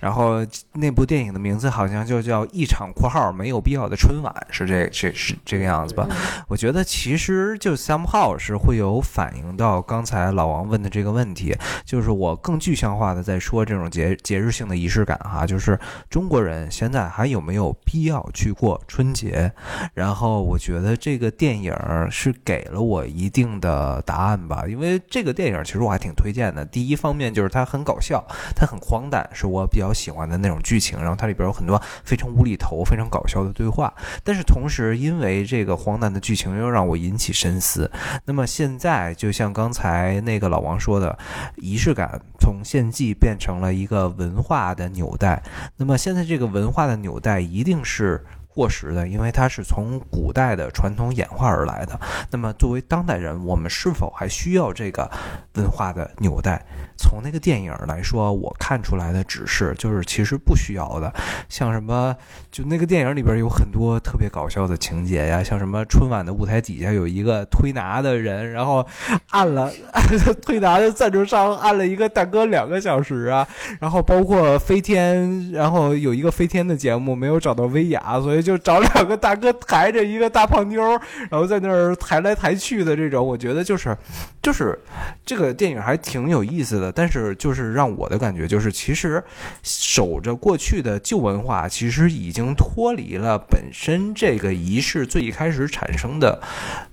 然后那部电影的名字好像就叫《一场（括号没有必要的春晚》，是这这是这个样子吧？我觉得其实就 somehow 是会有反映到刚才老王问的这个问题，就是我更具象化的在说这种节节日性的仪式感哈，就是中国人现在还有没有必要去过春节，然后我觉得这个电影儿是给了我一定的答案吧，因为这个电影儿其实我还挺推荐的。第一方面就是它很搞笑，它很荒诞，是我比较喜欢的那种剧情。然后它里边有很多非常无厘头、非常搞笑的对话，但是同时因为这个荒诞的剧情又让我引起深思。那么现在就像刚才那个老王说的，仪式感从献祭变成了一个文化的纽带。那么现在这个文化的纽带一定是。过时的，因为它是从古代的传统演化而来的。那么，作为当代人，我们是否还需要这个文化的纽带？从那个电影来说，我看出来的只是，就是其实不需要的。像什么，就那个电影里边有很多特别搞笑的情节呀，像什么春晚的舞台底下有一个推拿的人，然后按了 [laughs] 推拿的赞助商按了一个大哥两个小时啊，然后包括飞天，然后有一个飞天的节目没有找到薇娅，所以就找两个大哥抬着一个大胖妞儿，然后在那儿抬来抬去的这种，我觉得就是，就是这个电影还挺有意思的。但是就是让我的感觉就是，其实守着过去的旧文化，其实已经脱离了本身这个仪式最一开始产生的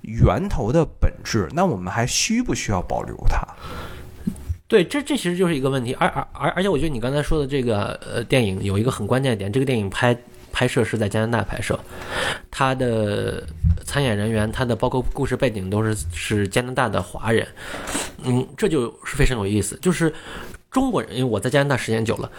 源头的本质。那我们还需不需要保留它？
对，这这其实就是一个问题，而而而而且我觉得你刚才说的这个呃电影有一个很关键的点，这个电影拍拍摄是在加拿大拍摄，它的参演人员，它的包括故事背景都是是加拿大的华人，嗯，这就是非常有意思，就是中国人，因为我在加拿大时间久了，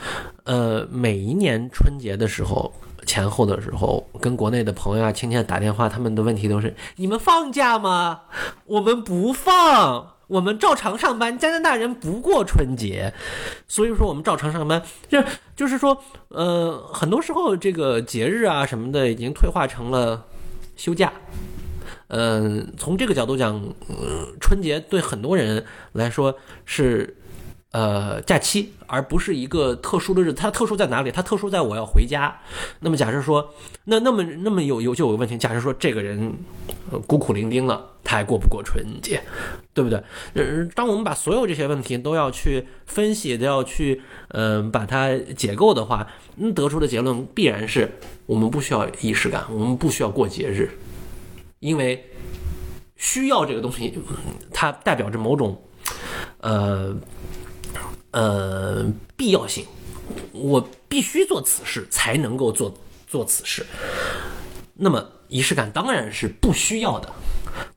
呃，每一年春节的时候。前后的时候，跟国内的朋友啊、亲戚打电话，他们的问题都是：你们放假吗？我们不放，我们照常上班。加拿大人不过春节，所以说我们照常上班。就就是说，呃，很多时候这个节日啊什么的，已经退化成了休假。嗯、从这个角度讲、呃春节对很多人来说是呃假期，而不是一个特殊的日子。它特殊在哪里？它特殊在我要回家。那么假设说，那那么那么有有就有个问题，假设说这个人、呃孤苦伶仃了，他还过不过春节，对不对？呃，当我们把所有这些问题都要去分析，都要去嗯、呃把它解构的话，嗯得出的结论必然是我们不需要仪式感，我们不需要过节日，因为需要这个东西，它代表着某种呃呃必要性。我必须做此事才能够做做此事。那么仪式感当然是不需要的，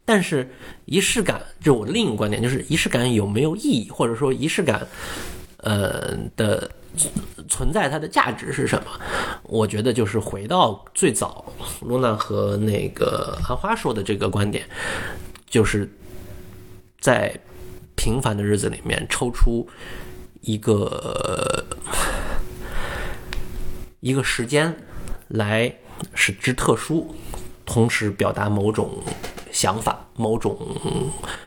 但是仪式感，这我的另一个观点就是仪式感有没有意义，或者说仪式感，呃的存在它的价值是什么？我觉得就是回到最早罗娜和那个阿花说的这个观点，就是在平凡的日子里面抽出一个一个时间来使之特殊，同时表达某种想法、某种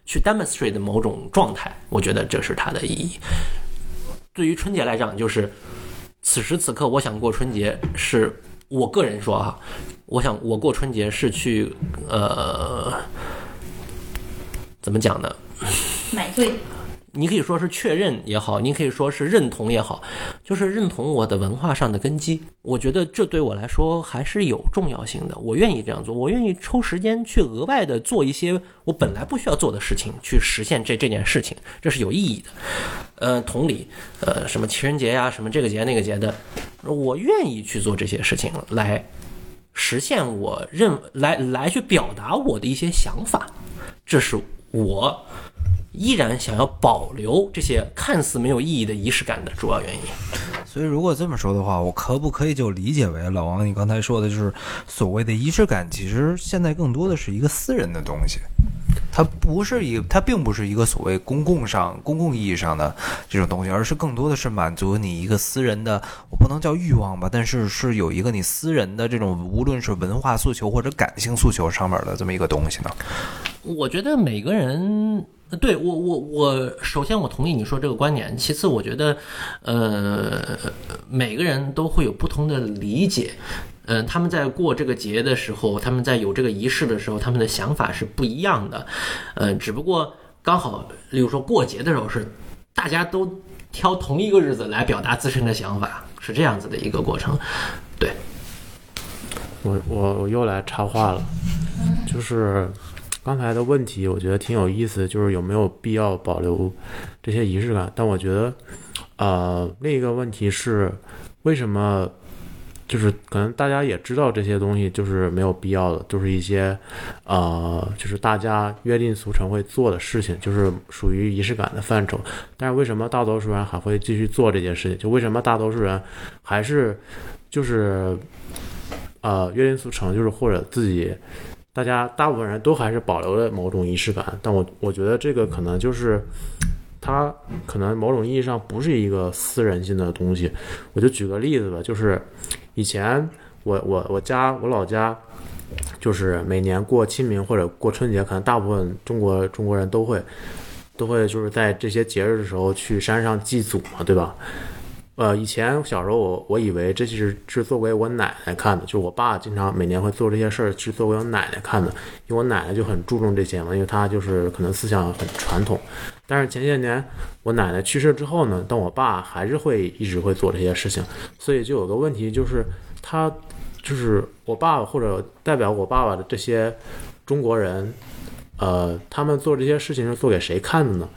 去 demonstrate 某种状态，我觉得这是它的意义。对于春节来讲，就是此时此刻我想过春节是，我个人说啊，我想我过春节是去呃怎么讲呢？
买醉。
你可以说是确认也好，你可以说是认同也好，就是认同我的文化上的根基。我觉得这对我来说还是有重要性的。我愿意这样做，我愿意抽时间去额外的做一些我本来不需要做的事情，去实现这这件事情，这是有意义的。呃，同理，呃，什么情人节呀、什么这个节那个节的，我愿意去做这些事情来实现我认来来去表达我的一些想法，这是我依然想要保留这些看似没有意义的仪式感的主要原因。
所以，如果这么说的话，我可不可以就理解为老王你刚才说的，就是所谓的仪式感，其实现在更多的是一个私人的东西，它不是一，它并不是一个所谓公共上、公共意义上的这种东西，而是更多的是满足你一个私人的，我不能叫欲望吧，但是是有一个你私人的这种，无论是文化诉求或者感性诉求上面的这么一个东西呢。
我觉得每个人对我，我我首先我同意你说这个观点，其次我觉得，呃，每个人都会有不同的理解。嗯、他们在过这个节的时候，他们在有这个仪式的时候，他们的想法是不一样的。呃，只不过刚好，例如说过节的时候是大家都挑同一个日子来表达自身的想法，是这样子的一个过程。对，
我我我又来插话了，就是刚才的问题，我觉得挺有意思，就是有没有必要保留这些仪式感？但我觉得，呃，另一个问题是，为什么就是可能大家也知道这些东西就是没有必要的，就是一些呃，就是大家约定俗成会做的事情，就是属于仪式感的范畴。但是为什么大多数人还会继续做这件事情？就为什么大多数人还是就是呃约定俗成，就是或者自己大家大部分人都还是保留了某种仪式感，但我我觉得这个可能就是它可能某种意义上不是一个私人性的东西。我就举个例子吧，就是以前我我我家我老家。就是每年过清明或者过春节，可能大部分中国中国人都会都会就是在这些节日的时候去山上祭祖嘛，对吧？呃，以前小时候我我以为这是是做给我奶奶看的，就我爸经常每年会做这些事儿，是做给我奶奶看的，因为我奶奶就很注重这些嘛，因为她就是可能思想很传统。但是前些年我奶奶去世之后呢，但我爸还是会一直会做这些事情，所以就有个问题就是他就是我爸或者代表我爸爸的这些中国人，呃，他们做这些事情是做给谁看的呢？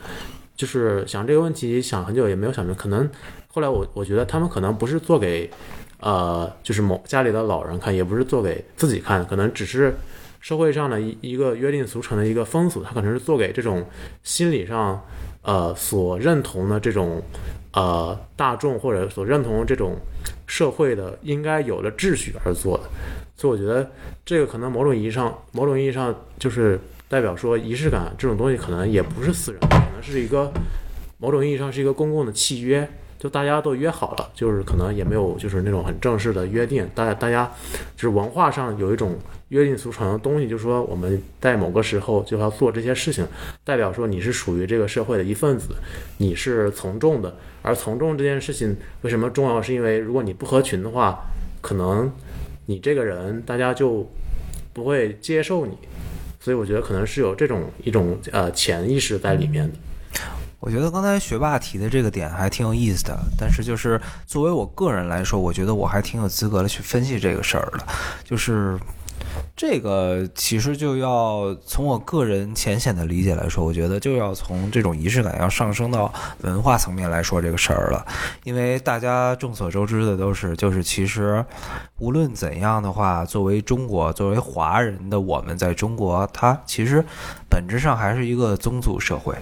就是想这个问题想很久也没有想明白，可能后来我我觉得他们可能不是做给，呃，就是某家里的老人看，也不是做给自己看，可能只是社会上的一一个约定俗成的一个风俗，他可能是做给这种心理上呃所认同的这种呃大众或者所认同的这种社会的应该有的秩序而做的，所以我觉得这个可能某种意义上，某种意义上就是代表说仪式感这种东西可能也不是私人的，可能是一个某种意义上是一个公共的契约，就大家都约好了，就是可能也没有就是那种很正式的约定，大家大家就是文化上有一种约定俗成的东西，就是说我们在某个时候就要做这些事情，代表说你是属于这个社会的一份子，你是从众的，而从众这件事情为什么重要？是因为如果你不合群的话，可能你这个人大家就不会接受你，所以我觉得可能是有这种一种呃潜意识在里面的。
我觉得刚才学霸提的这个点还挺有意思的，但是就是作为我个人来说，我觉得我还挺有资格的去分析这个事儿的，就是这个其实就要从我个人浅显的理解来说，我觉得就要从这种仪式感要上升到文化层面来说这个事儿了，因为大家众所周知的都是，就是其实无论怎样的话，作为中国作为华人的我们在中国，它其实本质上还是一个宗族社会。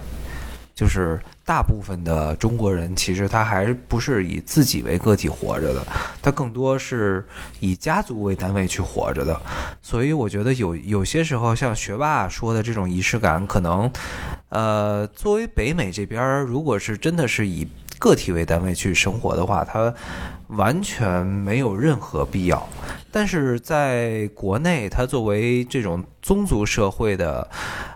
就是大部分的中国人，其实他还不是以自己为个体活着的，他更多是以家族为单位去活着的。所以我觉得有有些时候，像学霸说的这种仪式感，可能，呃，作为北美这边儿，如果是真的是以个体为单位去生活的话，它完全没有任何必要。但是在国内，它作为这种宗族社会的，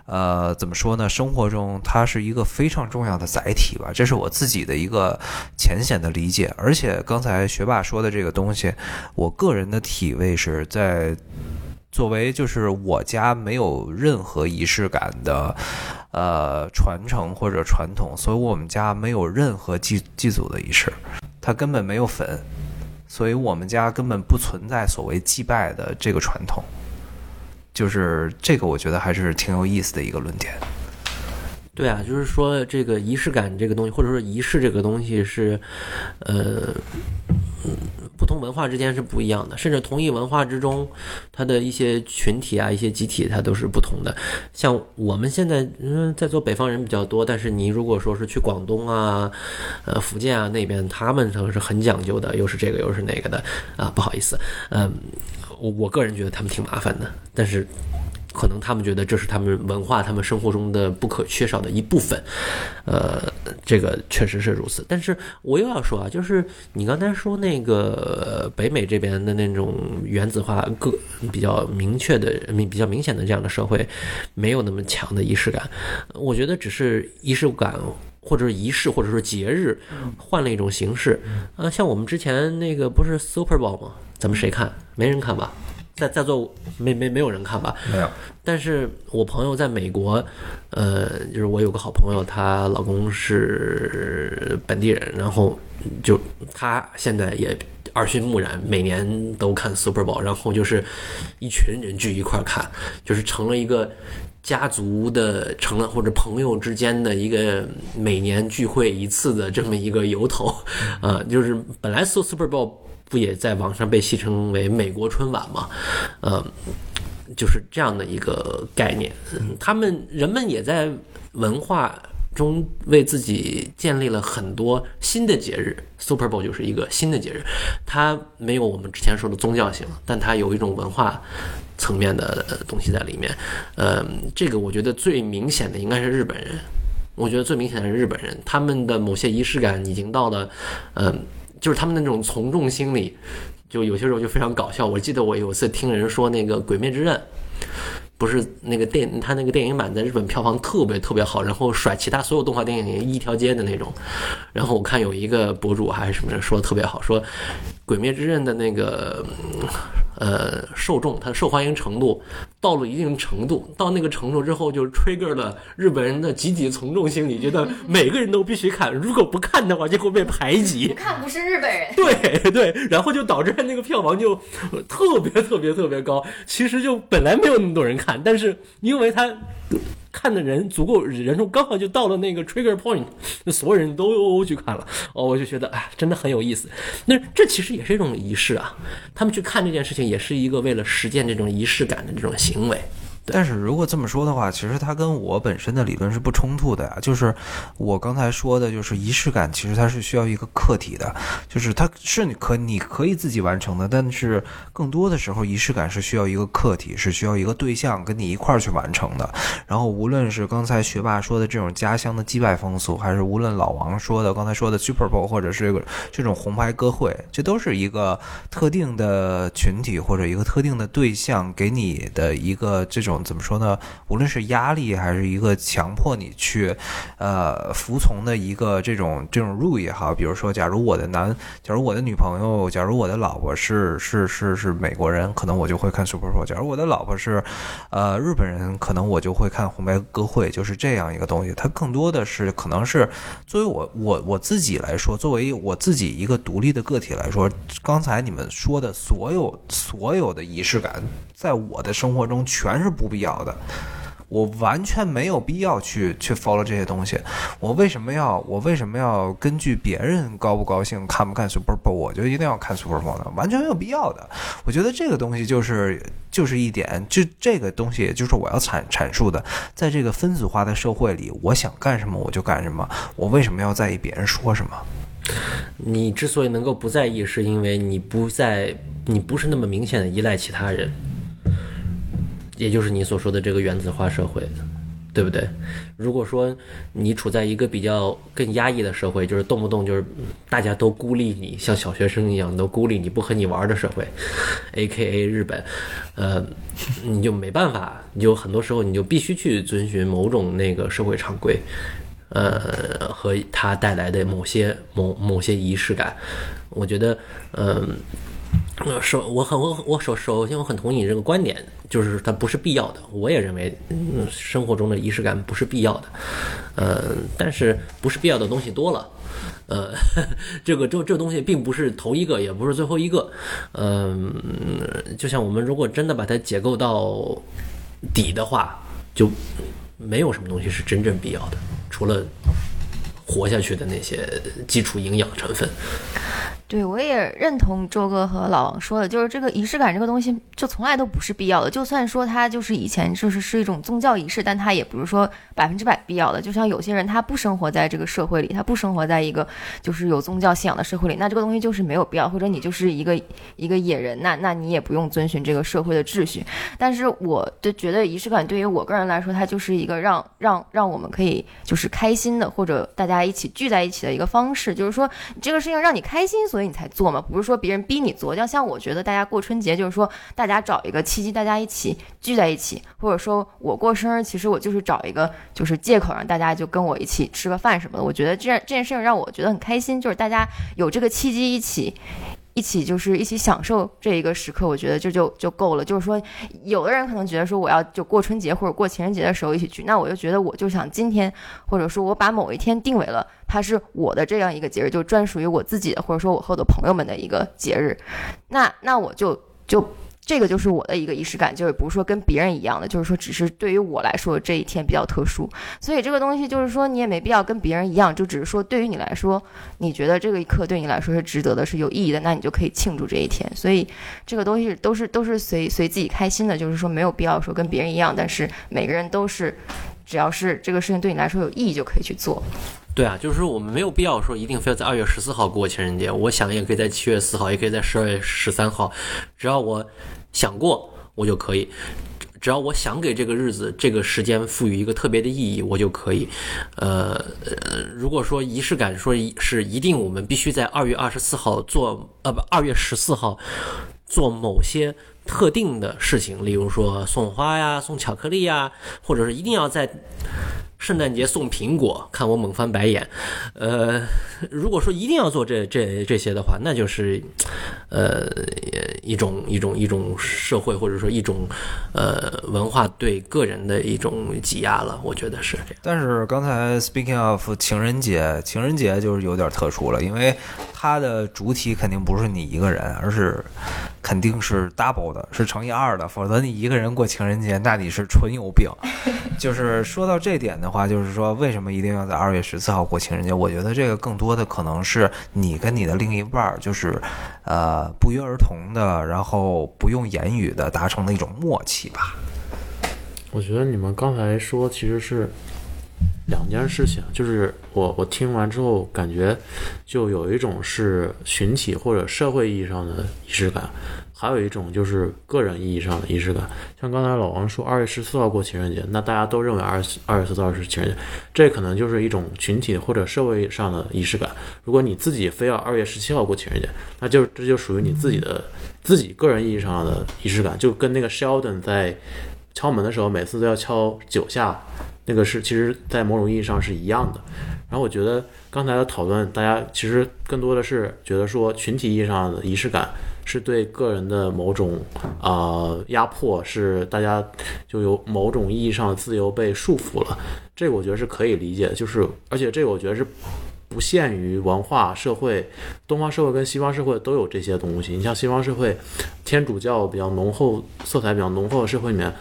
呃，怎么说呢？生活中它是一个非常重要的载体吧，这是我自己的一个浅显的理解。而且刚才学霸说的这个东西，我个人的体味是在。作为就是我家没有任何仪式感的，呃，传承或者传统，所以我们家没有任何祭祭祖的仪式，它根本没有坟，所以我们家根本不存在所谓祭拜的这个传统。就是这个，我觉得还是挺有意思的一个论点。
对啊，就是说这个仪式感这个东西，或者说仪式这个东西是，呃，嗯不同文化之间是不一样的，甚至同一文化之中，它的一些群体啊、一些集体，它都是不同的。像我们现在嗯在做北方人比较多，但是你如果说是去广东啊、呃福建啊那边，他们都是很讲究的，又是这个又是那个的啊，不好意思，嗯，我我个人觉得他们挺麻烦的，但是可能他们觉得这是他们文化、他们生活中的不可缺少的一部分。呃，这个确实是如此。但是我又要说啊，就是你刚才说那个呃北美这边的那种原子化个比较明确的、明比较明显的这样的社会，没有那么强的仪式感。我觉得只是仪式感。或者是仪式，或者说节日，换了一种形式。啊，像我们之前那个不是 Super Bowl 吗？咱们谁看？没人看吧？在在座没没没有人看吧？
没有，
但是我朋友在美国，呃，就是我有个好朋友，她老公是本地人，然后就她现在也耳熏目染，每年都看 Super Bowl，然后就是一群人聚一块儿看，就是成了一个家族的，成了或者朋友之间的一个每年聚会一次的这么一个由头，啊、就是本来 Su- Super Bowl 不也在网上被戏称为美国春晚嘛，嗯、就是这样的一个概念。嗯他们人们也在文化中为自己建立了很多新的节日，Super Bowl 就是一个新的节日，它没有我们之前说的宗教性，但它有一种文化层面的呃东西在里面。呃，这个我觉得最明显的应该是日本人，我觉得最明显的是日本人，他们的某些仪式感已经到了，嗯、就是他们那种从众心理。就有些时候就非常搞笑。我记得我有一次听人说那个《鬼灭之刃》，不是那个电，他那个电影版在日本票房特别特别好，然后甩其他所有动画电影一条街的那种。然后我看有一个博主啊还是什么人说的特别好，说《鬼灭之刃》的那个呃受众，它的受欢迎程度到了一定程度，到那个程度之后就 trigger 了日本人的集体从众心理，觉得每个人都必须看，如果不看的话就会被排挤。
看不是日本人，
对对，然后就导致那个票房就呃特别特别特别高。其实就本来没有那么多人看，但是因为他看的人足够人数刚好就到了那个 trigger point，那所有人都去看了。哦，我就觉得哎，真的很有意思。那这其实也是一种仪式啊，他们去看这件事情也是一个为了实践这种仪式感的这种行为。
但是如果这么说的话，其实它跟我本身的理论是不冲突的呀。就是我刚才说的，就是仪式感，其实它是需要一个客体的，就是它是你可你可以自己完成的，但是更多的时候，仪式感是需要一个客体，是需要一个对象跟你一块儿去完成的。然后无论是刚才学霸说的这种家乡的祭拜风俗，还是无论老王说的刚才说的 Super Bowl，或者是这个这种红牌歌会，这都是一个特定的群体或者一个特定的对象给你的一个这种怎么说呢？无论是压力还是一个强迫你去呃服从的一个这种这种 rule 也好，比如说，假如我的男，假如我的女朋友，假如我的老婆是是是是美国人，可能我就会看 Super Bowl；假如我的老婆是呃日本人，可能我就会看红白歌会，就是这样一个东西。它更多的是可能是作为我我我自己来说，作为我自己一个独立的个体来说，刚才你们说的所有所有的仪式感，在我的生活中全是不必要的。我完全没有必要去去 follow 这些东西，我为什么要我为什么要根据别人高不高兴看不看 Super Bowl，我就一定要看 Super Bowl 呢？完全没有必要的。我觉得这个东西就是就是一点，就这个东西，也就是我要阐阐述的，在这个分组化的社会里，我想干什么我就干什么，我为什么要在意别人说什么？
你之所以能够不在意，是因为你不在，你不是那么明显的依赖其他人，也就是你所说的这个原子化社会，对不对？如果说你处在一个比较更压抑的社会，就是动不动就是嗯大家都孤立你，像小学生一样都孤立你，不和你玩的社会，A K A 日本，呃，你就没办法，你就很多时候你就必须去遵循某种那个社会常规，呃，和它带来的某些某某些仪式感，我觉得，嗯、呃，首我很我我首首先我很同意你这个观点，就是它不是必要的。我也认为，嗯，生活中的仪式感不是必要的，呃，但是不是必要的东西多了。呃， [laughs] 这个这这东西并不是头一个，也不是最后一个。嗯、就像我们如果真的把它解构到底的话，就没有什么东西是真正必要的，除了活下去的那些基础营养成分。
对我也认同周哥和老王说的，就是这个仪式感这个东西，就从来都不是必要的。就算说它就是以前就是是一种宗教仪式，但它也不是说百分之百必要的。就像有些人他不生活在这个社会里，他不生活在一个就是有宗教信仰的社会里，那这个东西就是没有必要，或者你就是一个一个野人，那那你也不用遵循这个社会的秩序。但是我就觉得仪式感对于我个人来说，它就是一个让让让我们可以就是开心的，或者大家一起聚在一起的一个方式。就是说，这个事情让你开心，所以你才做嘛，不是说别人逼你做。就像我觉得大家过春节，就是说大家找一个契机，大家一起聚在一起，或者说我过生日，其实我就是找一个就是借口让大家就跟我一起吃个饭什么的。我觉得这这件事情让我觉得很开心，就是大家有这个契机一起一起就是一起享受这一个时刻，我觉得这就就够了。就是说，有的人可能觉得说我要就过春节或者过情人节的时候一起去，那我就觉得我就想今天，或者说我把某一天定为了它是我的这样一个节日，就专属于我自己的，或者说我和我的朋友们的一个节日。那那我就就。这个就是我的一个仪式感，就是不是说跟别人一样的，就是说只是对于我来说这一天比较特殊，所以这个东西就是说你也没必要跟别人一样，就只是说对于你来说，你觉得这个一刻对你来说是值得的，是有意义的，那你就可以庆祝这一天。所以这个东西都是都是随随自己开心的，就是说没有必要说跟别人一样，但是每个人都是，只要是这个事情对你来说有意义就可以去做。
对啊，就是我们没有必要说一定非要在二月十四号过情人节，我想也可以在七月四号，也可以在十二月十三号，只要我想过，我就可以。只要我想给这个日子、这个时间赋予一个特别的意义，我就可以。呃，呃如果说仪式感说一是一定，我们必须在二月二十四号做，呃不，二月十四号做某些特定的事情，例如说送花呀、送巧克力呀，或者是一定要在圣诞节送苹果，看我猛翻白眼。呃，如果说一定要做这这这些的话，那就是呃一种一种一种社会或者说一种呃文化对个人的一种挤压了，我觉得是这样。
但是刚才 speaking of 情人节，情人节就是有点特殊了，因为它的主体肯定不是你一个人，而是肯定是 double 的，是乘以二的，否则你一个人过情人节，那你是纯有病。就是说到这点的话，就是说为什么一定要在二月十四号过情人节？我觉得这个更多的可能是你跟你的另一半儿，就是呃不约而同的，然后不用言语的达成的一种默契吧。
我觉得你们刚才说其实是两件事情，就是我我听完之后感觉就有一种是群体或者社会意义上的仪式感，还有一种就是个人意义上的仪式感。像刚才老王说二月十四号过情人节，那大家都认为二二月十四号是情人节，这可能就是一种群体或者社会上的仪式感。如果你自己非要二月十七号过情人节，那就这就属于你自己的自己个人意义上的仪式感，就跟那个 Sheldon 在。敲门的时候，每次都要敲九下，那个是其实，在某种意义上是一样的。然后我觉得刚才的讨论，大家其实更多的是觉得说，群体意义上的仪式感是对个人的某种啊压迫，是大家就有某种意义上的自由被束缚了。这我觉得是可以理解的，就是而且这个我觉得是不限于文化社会，东方社会跟西方社会都有这些东西。你像西方社会，天主教比较浓厚色彩比较浓厚的社会里面，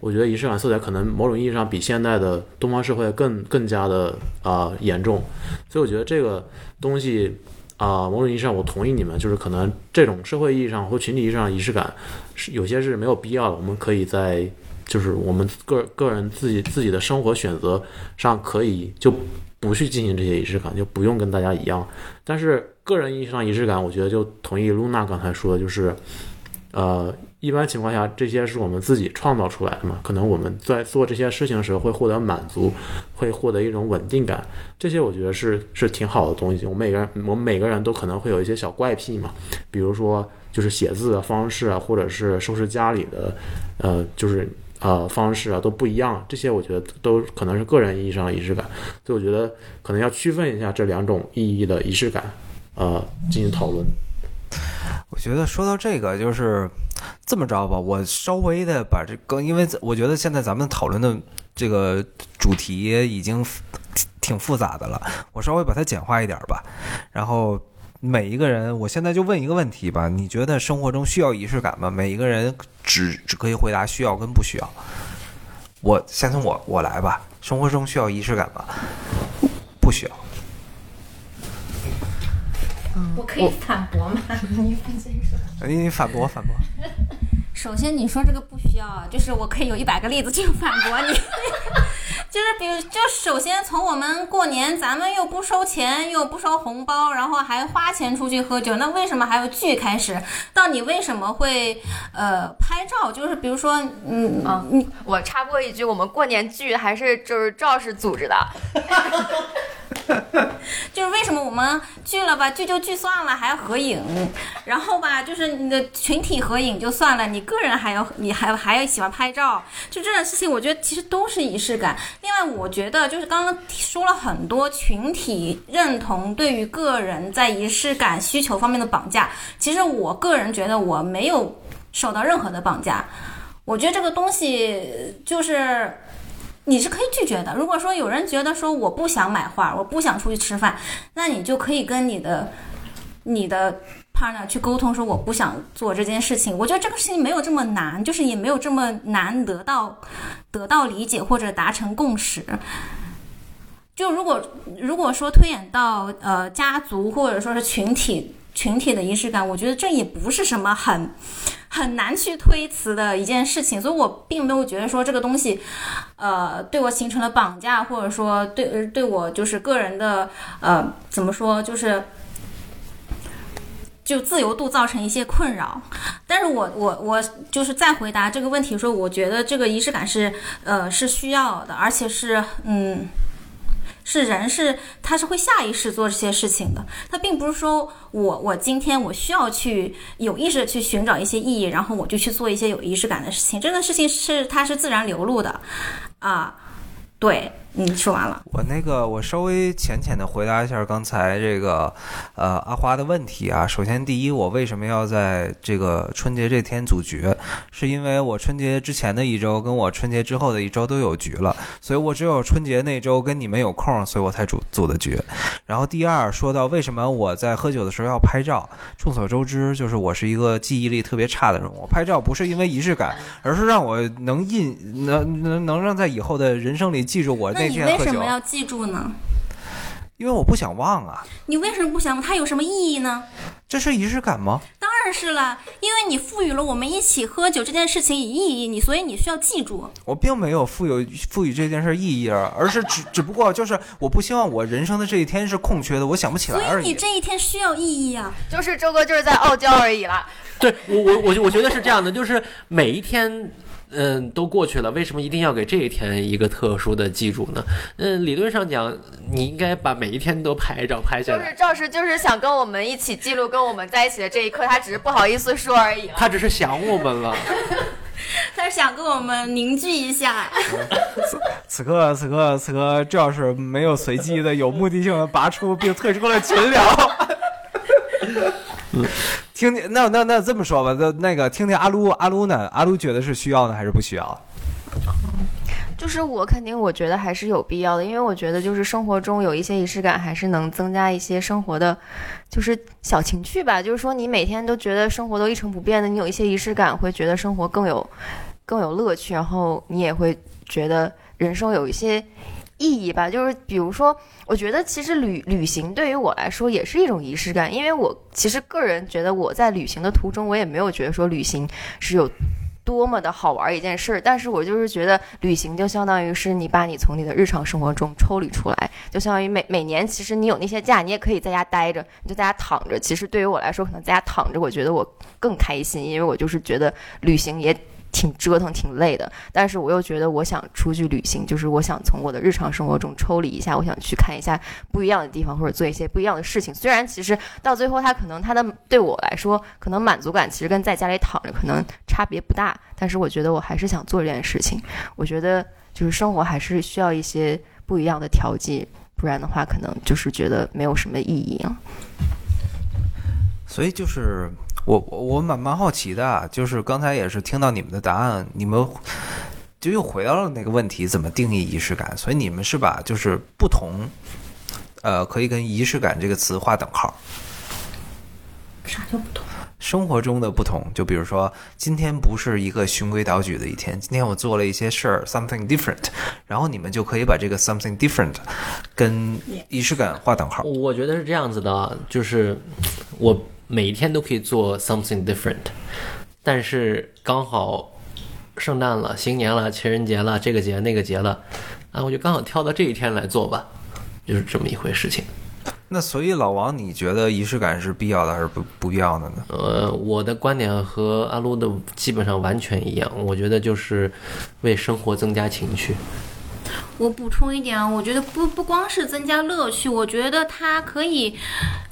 我觉得仪式感色彩可能某种意义上比现代的东方社会更更加的啊、严重，所以我觉得这个东西啊、某种意义上我同意你们，就是可能这种社会意义上或群体意义上的仪式感是有些是没有必要的，我们可以在就是我们个个人自己自己的生活选择上可以就不去进行这些仪式感，就不用跟大家一样。但是个人意义上仪式感，我觉得就同意露娜刚才说的，就是呃，一般情况下这些是我们自己创造出来的嘛，可能我们在做这些事情的时候会获得满足，会获得一种稳定感，这些我觉得是是挺好的东西。我们每个人，我们每个人都可能会有一些小怪癖嘛，比如说就是写字的方式啊，或者是收拾家里的，呃，就是呃方式啊都不一样，这些我觉得都可能是个人意义上的仪式感，所以我觉得可能要区分一下这两种意义的仪式感，呃，进行讨论。
我觉得说到这个，就是这么着吧，我稍微的把这个，因为我觉得现在咱们讨论的这个主题已经挺复杂的了，我稍微把它简化一点吧。然后每一个人，我现在就问一个问题吧，你觉得生活中需要仪式感吗？每一个人只只可以回答需要跟不需要。我先从我我来吧，生活中需要仪式感吗？不需要。
我可以反驳吗？
你你反驳反驳。
首先，你说这个不需要啊，就是我可以有一百个例子去反驳你。 [laughs] 就是比如，就首先从我们过年，咱们又不收钱，又不收红包，然后还花钱出去喝酒，那为什么还有剧开始？到你为什么会呃拍照？就是比如说，嗯，
啊，我插播一句，我们过年聚还是就是赵氏组织的，
就是为什么我们聚了吧，聚就聚算了，还要合影，然后吧， [laughs] 就是你的群体合影就算了，你个人还要，你还还要喜欢拍照，就这种事情，我觉得其实都是仪式感。另外，我觉得就是刚刚说了很多群体认同对于个人在仪式感需求方面的绑架，其实我个人觉得我没有受到任何的绑架，我觉得这个东西就是。 [laughs] 你是可以拒绝的。如果说有人觉得说我不想买花，我不想出去吃饭，那你就可以跟你的你的 partner 去沟通，说我不想做这件事情。我觉得这个事情没有这么难，就是也没有这么难得到得到理解或者达成共识。就如果如果说推演到呃家族或者说是群体群体的仪式感，我觉得这也不是什么很很难去推辞的一件事情，所以我并没有觉得说这个东西，呃，对我形成了绑架，或者说对呃对我就是个人的呃怎么说就是。就自由度造成一些困扰，但是我我我就是再回答这个问题的时候，我觉得这个仪式感是呃是需要的，而且是嗯是人是他是会下意识做这些事情的，他并不是说我我今天我需要去有意识的去寻找一些意义，然后我就去做一些有仪式感的事情，这个事情是它是自然流露的，啊，对，你说完了，
我那个，我稍微浅浅的回答一下刚才这个，呃，阿花的问题啊。首先，第一，我为什么要在这个春节这天组局？是因为我春节之前的一周跟我春节之后的一周都有局了，所以我只有春节那周跟你们有空，所以我才组组的局。然后第二，说到为什么我在喝酒的时候要拍照，众所周知，就是我是一个记忆力特别差的人，我拍照不是因为仪式感，而是让我能印能能能让在以后的人生里记住我
那你
天
为
喝酒。啊
什么要记住呢？
因为我不想忘啊，
你为什么不想？它有什么意义呢？
这是仪式感吗？
当然是了，因为你赋予了我们一起喝酒这件事情以意义，你所以你需要记住。
我并没有赋有赋予这件事意义啊，而是只只不过就是我不希望我人生的这一天是空缺的，我想不起
所
来而
以你
已。啊
这一天需要意义啊！
就是周哥就是在傲娇而已啦。
对我我我我觉得是这样的，就是每一天。嗯，都过去了，为什么一定要给这一天一个特殊的记住呢？嗯，理论上讲，你应该把每一天都拍照拍下
就
来
是。赵师就是想跟我们一起记录跟我们在一起的这一刻，他只是不好意思说而已了。
他只是想我们了，
他是想跟我们凝聚一下，
此刻此刻此刻，这要是没有随机的、有目的性的拔出并退出了群聊。 [laughs] 听听，那那那这么说吧，那那个听听阿撸阿撸呢？阿撸觉得是需要呢还是不需要？啊
就是我肯定，我觉得还是有必要的，因为我觉得就是生活中有一些仪式感，还是能增加一些生活的，就是小情趣吧。就是说，你每天都觉得生活都一成不变的，你有一些仪式感，会觉得生活更有更有乐趣，然后你也会觉得人生有一些意义吧。就是比如说，我觉得其实旅旅行对于我来说也是一种仪式感，因为我其实个人觉得我在旅行的途中，我也没有觉得说旅行是有多么的好玩儿一件事儿，但是我就是觉得旅行就相当于是你把你从你的日常生活中抽离出来，就相当于每每年其实你有那些假，你也可以在家待着，你就在家躺着。其实对于我来说，可能在家躺着，我觉得我更开心，因为我就是觉得旅行也。挺折腾，挺累的，但是我又觉得我想出去旅行，就是我想从我的日常生活中抽离一下，我想去看一下不一样的地方，或者做一些不一样的事情。虽然其实到最后，它可能它的对我来说，可能满足感其实跟在家里躺着可能差别不大，但是我觉得我还是想做这件事情。我觉得就是生活还是需要一些不一样的调剂，不然的话可能就是觉得没有什么意义啊了。
所以就是我我我蛮蛮好奇的啊，就是刚才也是听到你们的答案，你们就又回到了那个问题，怎么定义仪式感？所以你们是把就是不同，呃，可以跟仪式感这个词划等号。
啥叫不同？
生活中的不同，就比如说，今天不是一个循规蹈矩的一天，今天我做了一些事儿，something different，然后你们就可以把这个 something different 跟仪式感划等号。
我觉得是这样子的啊，就是我每一天都可以做 something different，但是刚好圣诞了、新年了、情人节了、这个节那个节了，啊，我就刚好挑到这一天来做吧，就是这么一回事情。
那所以老王，你觉得仪式感是必要的还是不不必要的呢？
呃，我的观点和阿撸的基本上完全一样，我觉得就是为生活增加情趣。
我补充一点啊，我觉得不不光是增加乐趣，我觉得它可以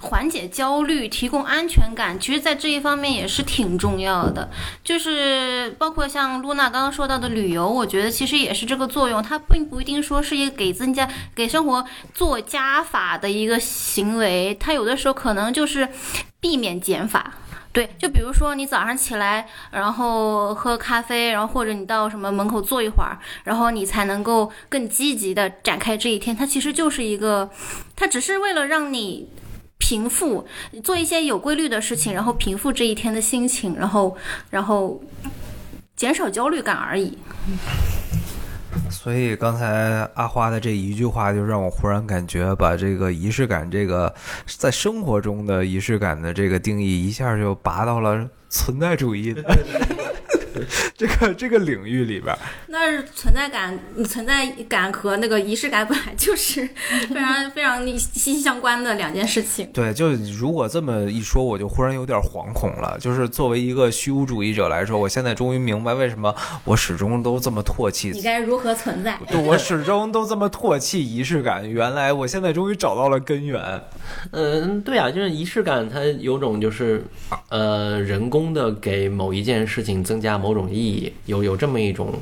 缓解焦虑，提供安全感。其实，在这一方面也是挺重要的。就是包括像露娜刚刚说到的旅游，我觉得其实也是这个作用。它并不一定说是一个给增加给生活做加法的一个行为，它有的时候可能就是避免减法。对，就比如说你早上起来，然后喝咖啡，然后或者你到什么门口坐一会儿，然后你才能够更积极的展开这一天。它其实就是一个，它只是为了让你平复做一些有规律的事情，然后平复这一天的心情，然后然后减少焦虑感而已。
所以刚才阿花的这一句话，就让我忽然感觉，把这个仪式感，这个在生活中的仪式感的这个定义，一下就拔到了存在主义的这个这个领域里边儿。
那是存在感，存在感和那个仪式感本来就是非常非常息息相关的两件事情。
对，就如果这么一说，我就忽然有点惶恐了。就是作为一个虚无主义者来说，我现在终于明白为什么我始终都这么唾弃
你该如何存
[laughs]
在？
对，我始终都这么唾弃仪式感。原来我现在终于找到了根源。
[laughs] 嗯，对啊，就是仪式感，它有种就是，呃，人工的给某一件事情增加某种意义，有有这么一种，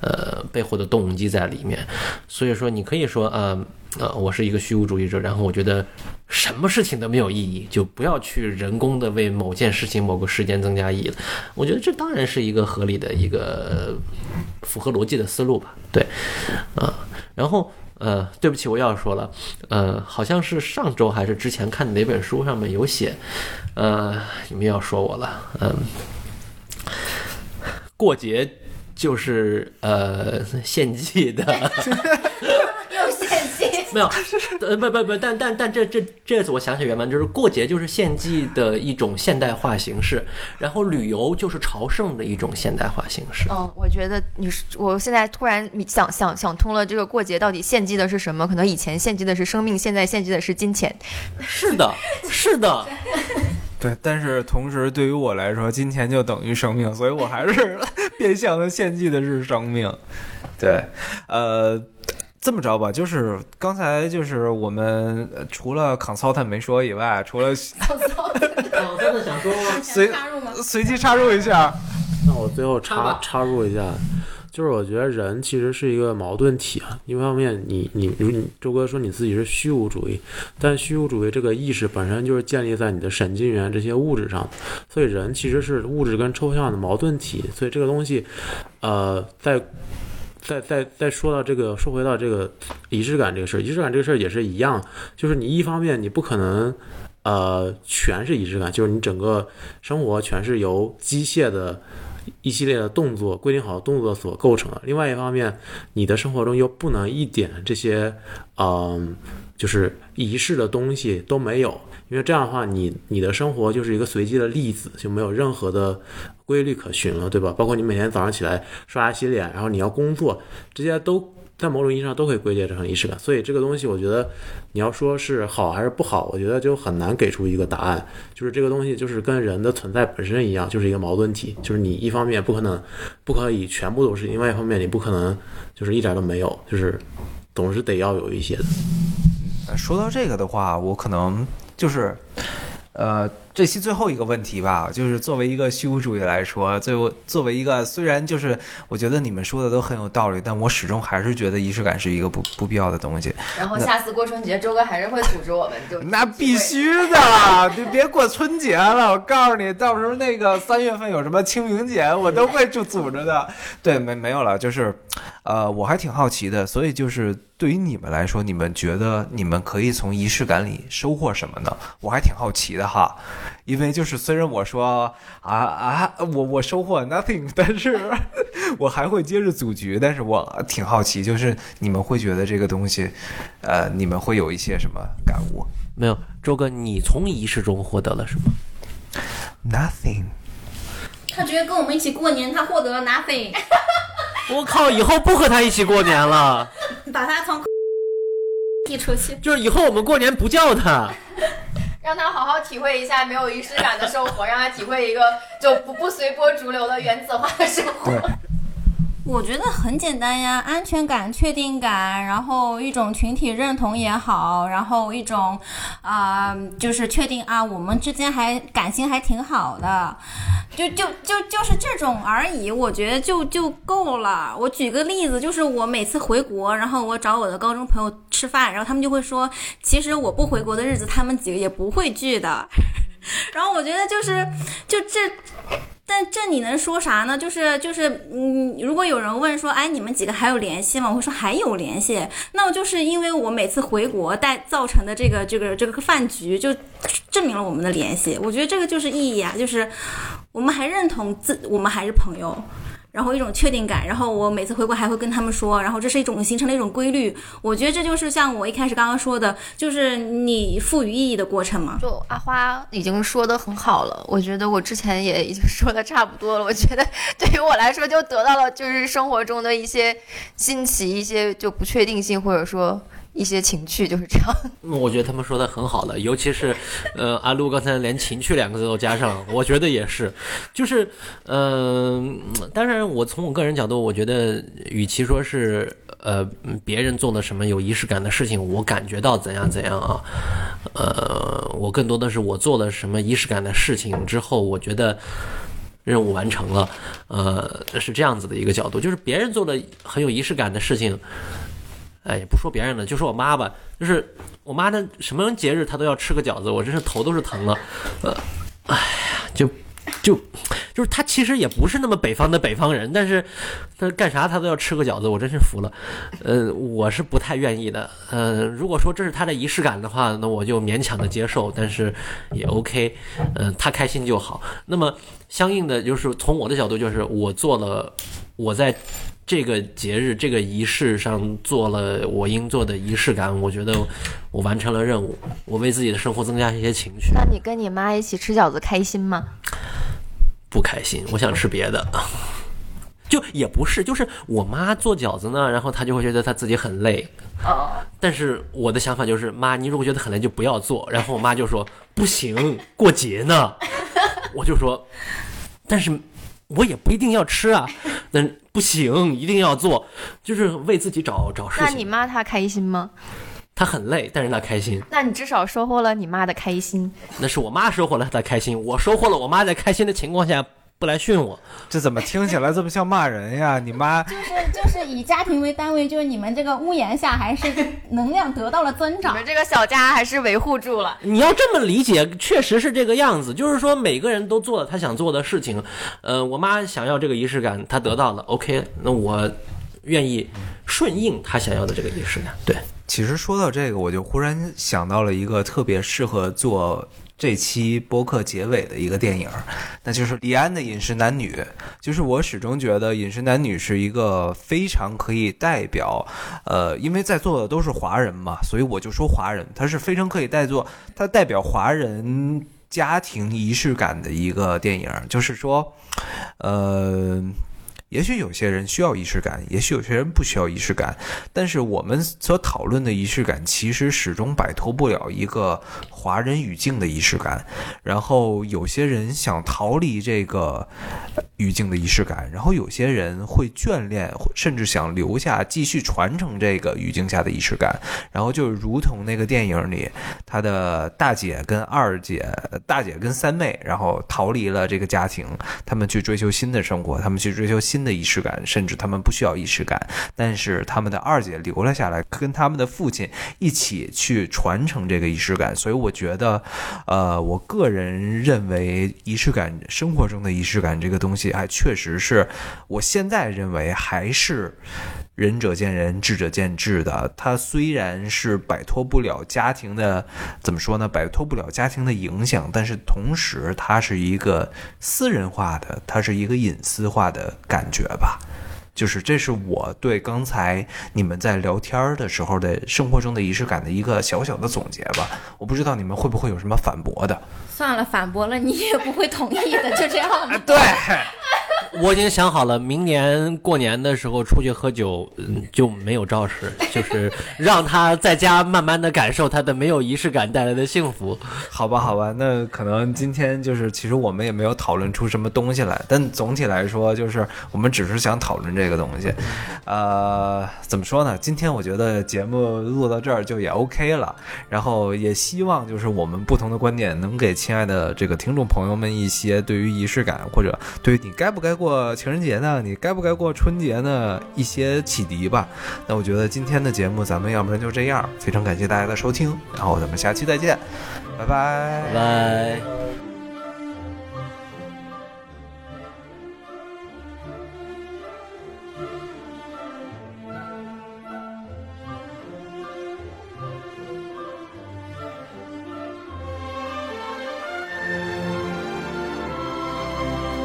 呃，背后的动机在里面。所以说，你可以说，呃，呃，我是一个虚无主义者，然后我觉得什么事情都没有意义，就不要去人工的为某件事情、某个事件增加意义了。我觉得这当然是一个合理的一个呃符合逻辑的思路吧。对，啊、然后。呃，对不起，我又要说了，呃，好像是上周还是之前看的哪本书上面有写，呃，你们要说我了，嗯、过节就是呃献祭的， [laughs]
又献
[laughs]
祭，
没有，呃，不不不，但但但这这这次我想起原文，就是过节就是献祭的一种现代化形式，然后旅游就是朝圣的一种现代化形式。
嗯，我觉得你是，我现在突然想想想通了，这个过节到底献祭的是什么？可能以前献祭的是生命，现在献祭的是金钱。
是的，是的，
对，但是同时对于我来说，金钱就等于生命，所以我还是 [laughs] 变相的献祭的是生命。对，呃。这么着吧，就是刚才就是我们呃除了 consultant 没说以外，除了
我真的想说，
随随机插入一下，
那我最后插插入一下，就是我觉得人其实是一个矛盾体啊。一方面你，你你你周哥说你自己是虚无主义，但虚无主义这个意识本身就是建立在你的神经元这些物质上的，所以人其实是物质跟抽象的矛盾体。所以这个东西，呃，在再再再说到这个，说回到这个仪式感这个事儿，仪式感这个事儿也是一样，就是你一方面你不可能，呃，全是仪式感，就是你整个生活全是由机械的一系列的动作规定好的动作所构成的。另外一方面，你的生活中又不能一点这些，嗯、就是仪式的东西都没有，因为这样的话你，你的生活就是一个随机的粒子，就没有任何的规律可循了，对吧？包括你每天早上起来刷牙洗脸，然后你要工作，这些都在某种意义上都可以归结成仪式感。所以这个东西，我觉得你要说是好还是不好，我觉得就很难给出一个答案。就是这个东西，就是跟人的存在本身一样，就是一个矛盾体。就是你一方面不可能不可以全部都是，另外一方面你不可能就是一点都没有，就是总是得要有一些的。
呃说到这个的话，我可能就是，呃，这期最后一个问题吧，就是作为一个虚无主义来说，最后作为一个虽然就是我觉得你们说的都很有道理，但我始终还是觉得仪式感是一个不不必要的东西。
然后下次过春节，周哥还是会组织我们，就
那必须的，你别过春节了，我告诉你，到时候那个三月份有什么清明节，我都会组组织的。对，没没有了，就是，呃，我还挺好奇的，所以就是对于你们来说，你们觉得你们可以从仪式感里收获什么呢？我还挺好奇的哈，因为就是虽然我说啊啊，我我收获 nothing，但是我还会接着组局，但是我挺好奇，就是你们会觉得这个东西，呃，你们会有一些什么感悟
没有，周哥，你从仪式中获得了什么？
？Nothing。
他觉得跟我们一起过年，他获得了 nothing，
我靠，以后不和他一起过年了，
把他从踢出去。
就是以后我们过年不叫他。
让他好好体会一下没有仪式感的生活，让他体会一个就不不随波逐流的原子化的生活。
我我觉得很简单呀，安全感、确定感，然后一种群体认同也好，然后一种啊、就是确定啊，我们之间还感情还挺好的，就就就就是这种而已，我觉得就就够了。我举个例子，就是我每次回国，然后我找我的高中朋友吃饭，然后他们就会说，其实我不回国的日子，他们几个也不会聚的。 [laughs] 然后我觉得就是，就这但这你能说啥呢？就是就是，嗯，如果有人问说，哎，你们几个还有联系吗？我会说还有联系。那我就是因为我每次回国带造成的这个这个这个饭局，就证明了我们的联系。我觉得这个就是意义啊，就是我们还认同自，我们还是朋友。然后一种确定感，然后我每次回国还会跟他们说，然后这是一种形成了一种规律，我觉得这就是像我一开始刚刚说的，就是你赋予意义的过程嘛。
就阿花已经说的很好了，我觉得我之前也已经说的差不多了。我觉得对于我来说，就得到了就是生活中的一些新奇、一些就不确定性，或者说一些情趣，就是这样。
我觉得他们说的很好的，尤其是，呃，阿路刚才连“情趣”两个字都加上，我觉得也是，就是，嗯、当然，我从我个人角度，我觉得，与其说是呃别人做了什么有仪式感的事情，我感觉到怎样怎样啊，呃，我更多的是我做了什么仪式感的事情之后，我觉得。任务完成了，呃，是这样子的一个角度，就是别人做了很有仪式感的事情，哎，也不说别人了，就说我妈吧，就是我妈的什么节日她都要吃个饺子，我真是头都是疼了，呃，哎呀，就就就是她其实也不是那么北方的北方人，但是她干啥她都要吃个饺子，我真是服了，呃，我是不太愿意的，呃，如果说这是她的仪式感的话，那我就勉强的接受，但是也 OK，嗯、她开心就好。那么相应的就是从我的角度，就是我做了我在这个节日、这个仪式上做了我应做的仪式感，我觉得我完成了任务，我为自己的生活增加一些情趣。
那你跟你妈一起吃饺子开心吗？
不开心，我想吃别的。 [laughs] 就也不是，就是我妈做饺子呢，然后她就会觉得她自己很累。
哦
但是我的想法就是，妈，你如果觉得很累就不要做。然后我妈就说不行，过节呢。 [laughs] 我就说，但是我也不一定要吃啊。那不行，一定要做，就是为自己找找事
那你
情。
妈她开心吗？
她很累，但是她开心。
那你至少收获了你妈的开心。
那是我妈收获了她的开心，我收获了我妈在开心的情况下不来训我。
这怎么听起来这么像骂人呀？你
[laughs]
妈
就是就是以家庭为单位，就是你们这个屋檐下还是能量得到了增
你
长
们。这个小家还是维护住了。
你要这么理解，确实是这个样子，就是说每个人都做了他想做的事情。呃，我妈想要这个仪式感，她得到了，OK，那我愿意顺应她想要的这个仪式感。对，
其实说到这个，我就忽然想到了一个特别适合做这期播客结尾的一个电影，那就是李安的《饮食男女》。就是我始终觉得《饮食男女》是一个非常可以代表，呃，因为在座的都是华人嘛，所以我就说华人，它是非常可以代做，它代表华人家庭仪式感的一个电影。就是说，呃。也许有些人需要仪式感，也许有些人不需要仪式感，但是我们所讨论的仪式感，其实始终摆脱不了一个华人语境的仪式感。然后有些人想逃离这个语境的仪式感，然后有些人会眷恋，甚至想留下继续传承这个语境下的仪式感。然后就如同那个电影里，他的大姐跟二姐、大姐跟三妹，然后逃离了这个家庭，他们去追求新的生活，他们去追求新的仪式感，甚至他们不需要仪式感。但是他们的二姐留了下来，跟他们的父亲一起去传承这个仪式感。所以我觉得，呃，我个人认为仪式感，生活中的仪式感这个东西，还确实是我现在认为还是。仁者见仁，智者见智的。它虽然是摆脱不了家庭的，怎么说呢？摆脱不了家庭的影响，但是同时它是一个私人化的，它是一个隐私化的感觉吧。就是这是我对刚才你们在聊天儿的时候的生活中的仪式感的一个小小的总结吧。我不知道你们会不会有什么反驳的。
算了，反驳了你也不会同意的，就这样吧。
对，
我已经想好了，明年过年的时候出去喝酒，嗯就没有赵氏，就是让他在家慢慢的感受他的没有仪式感带来的幸福。
好吧，好吧，那可能今天就是，其实我们也没有讨论出什么东西来，但总体来说，就是我们只是想讨论这个东西。呃，怎么说呢？今天我觉得节目录到这儿就也 OK 了，然后也希望就是我们不同的观点能给亲爱的这个听众朋友们一些对于仪式感，或者对于你该不该过情人节呢，你该不该过春节呢一些启迪吧。那我觉得今天的节目咱们要不然就这样，非常感谢大家的收听，然后咱们下期再见，拜拜
拜拜。
我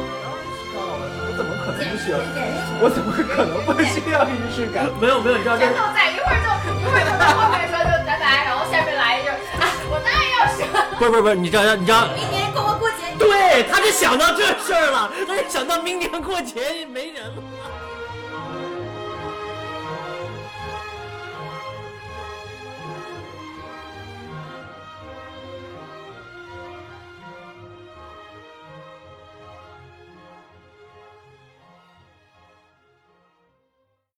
怎么可能学？我怎么可能会需要仪式感？
没有没有，你知道这
全都在，一会儿就一会儿就到后面说就拜拜，然后下面来一句，啊，我当然要说。
不是不是不是，你知道你知道，
明年过完过节。
对，他就想到这事儿了，他就想到明年过节没人了。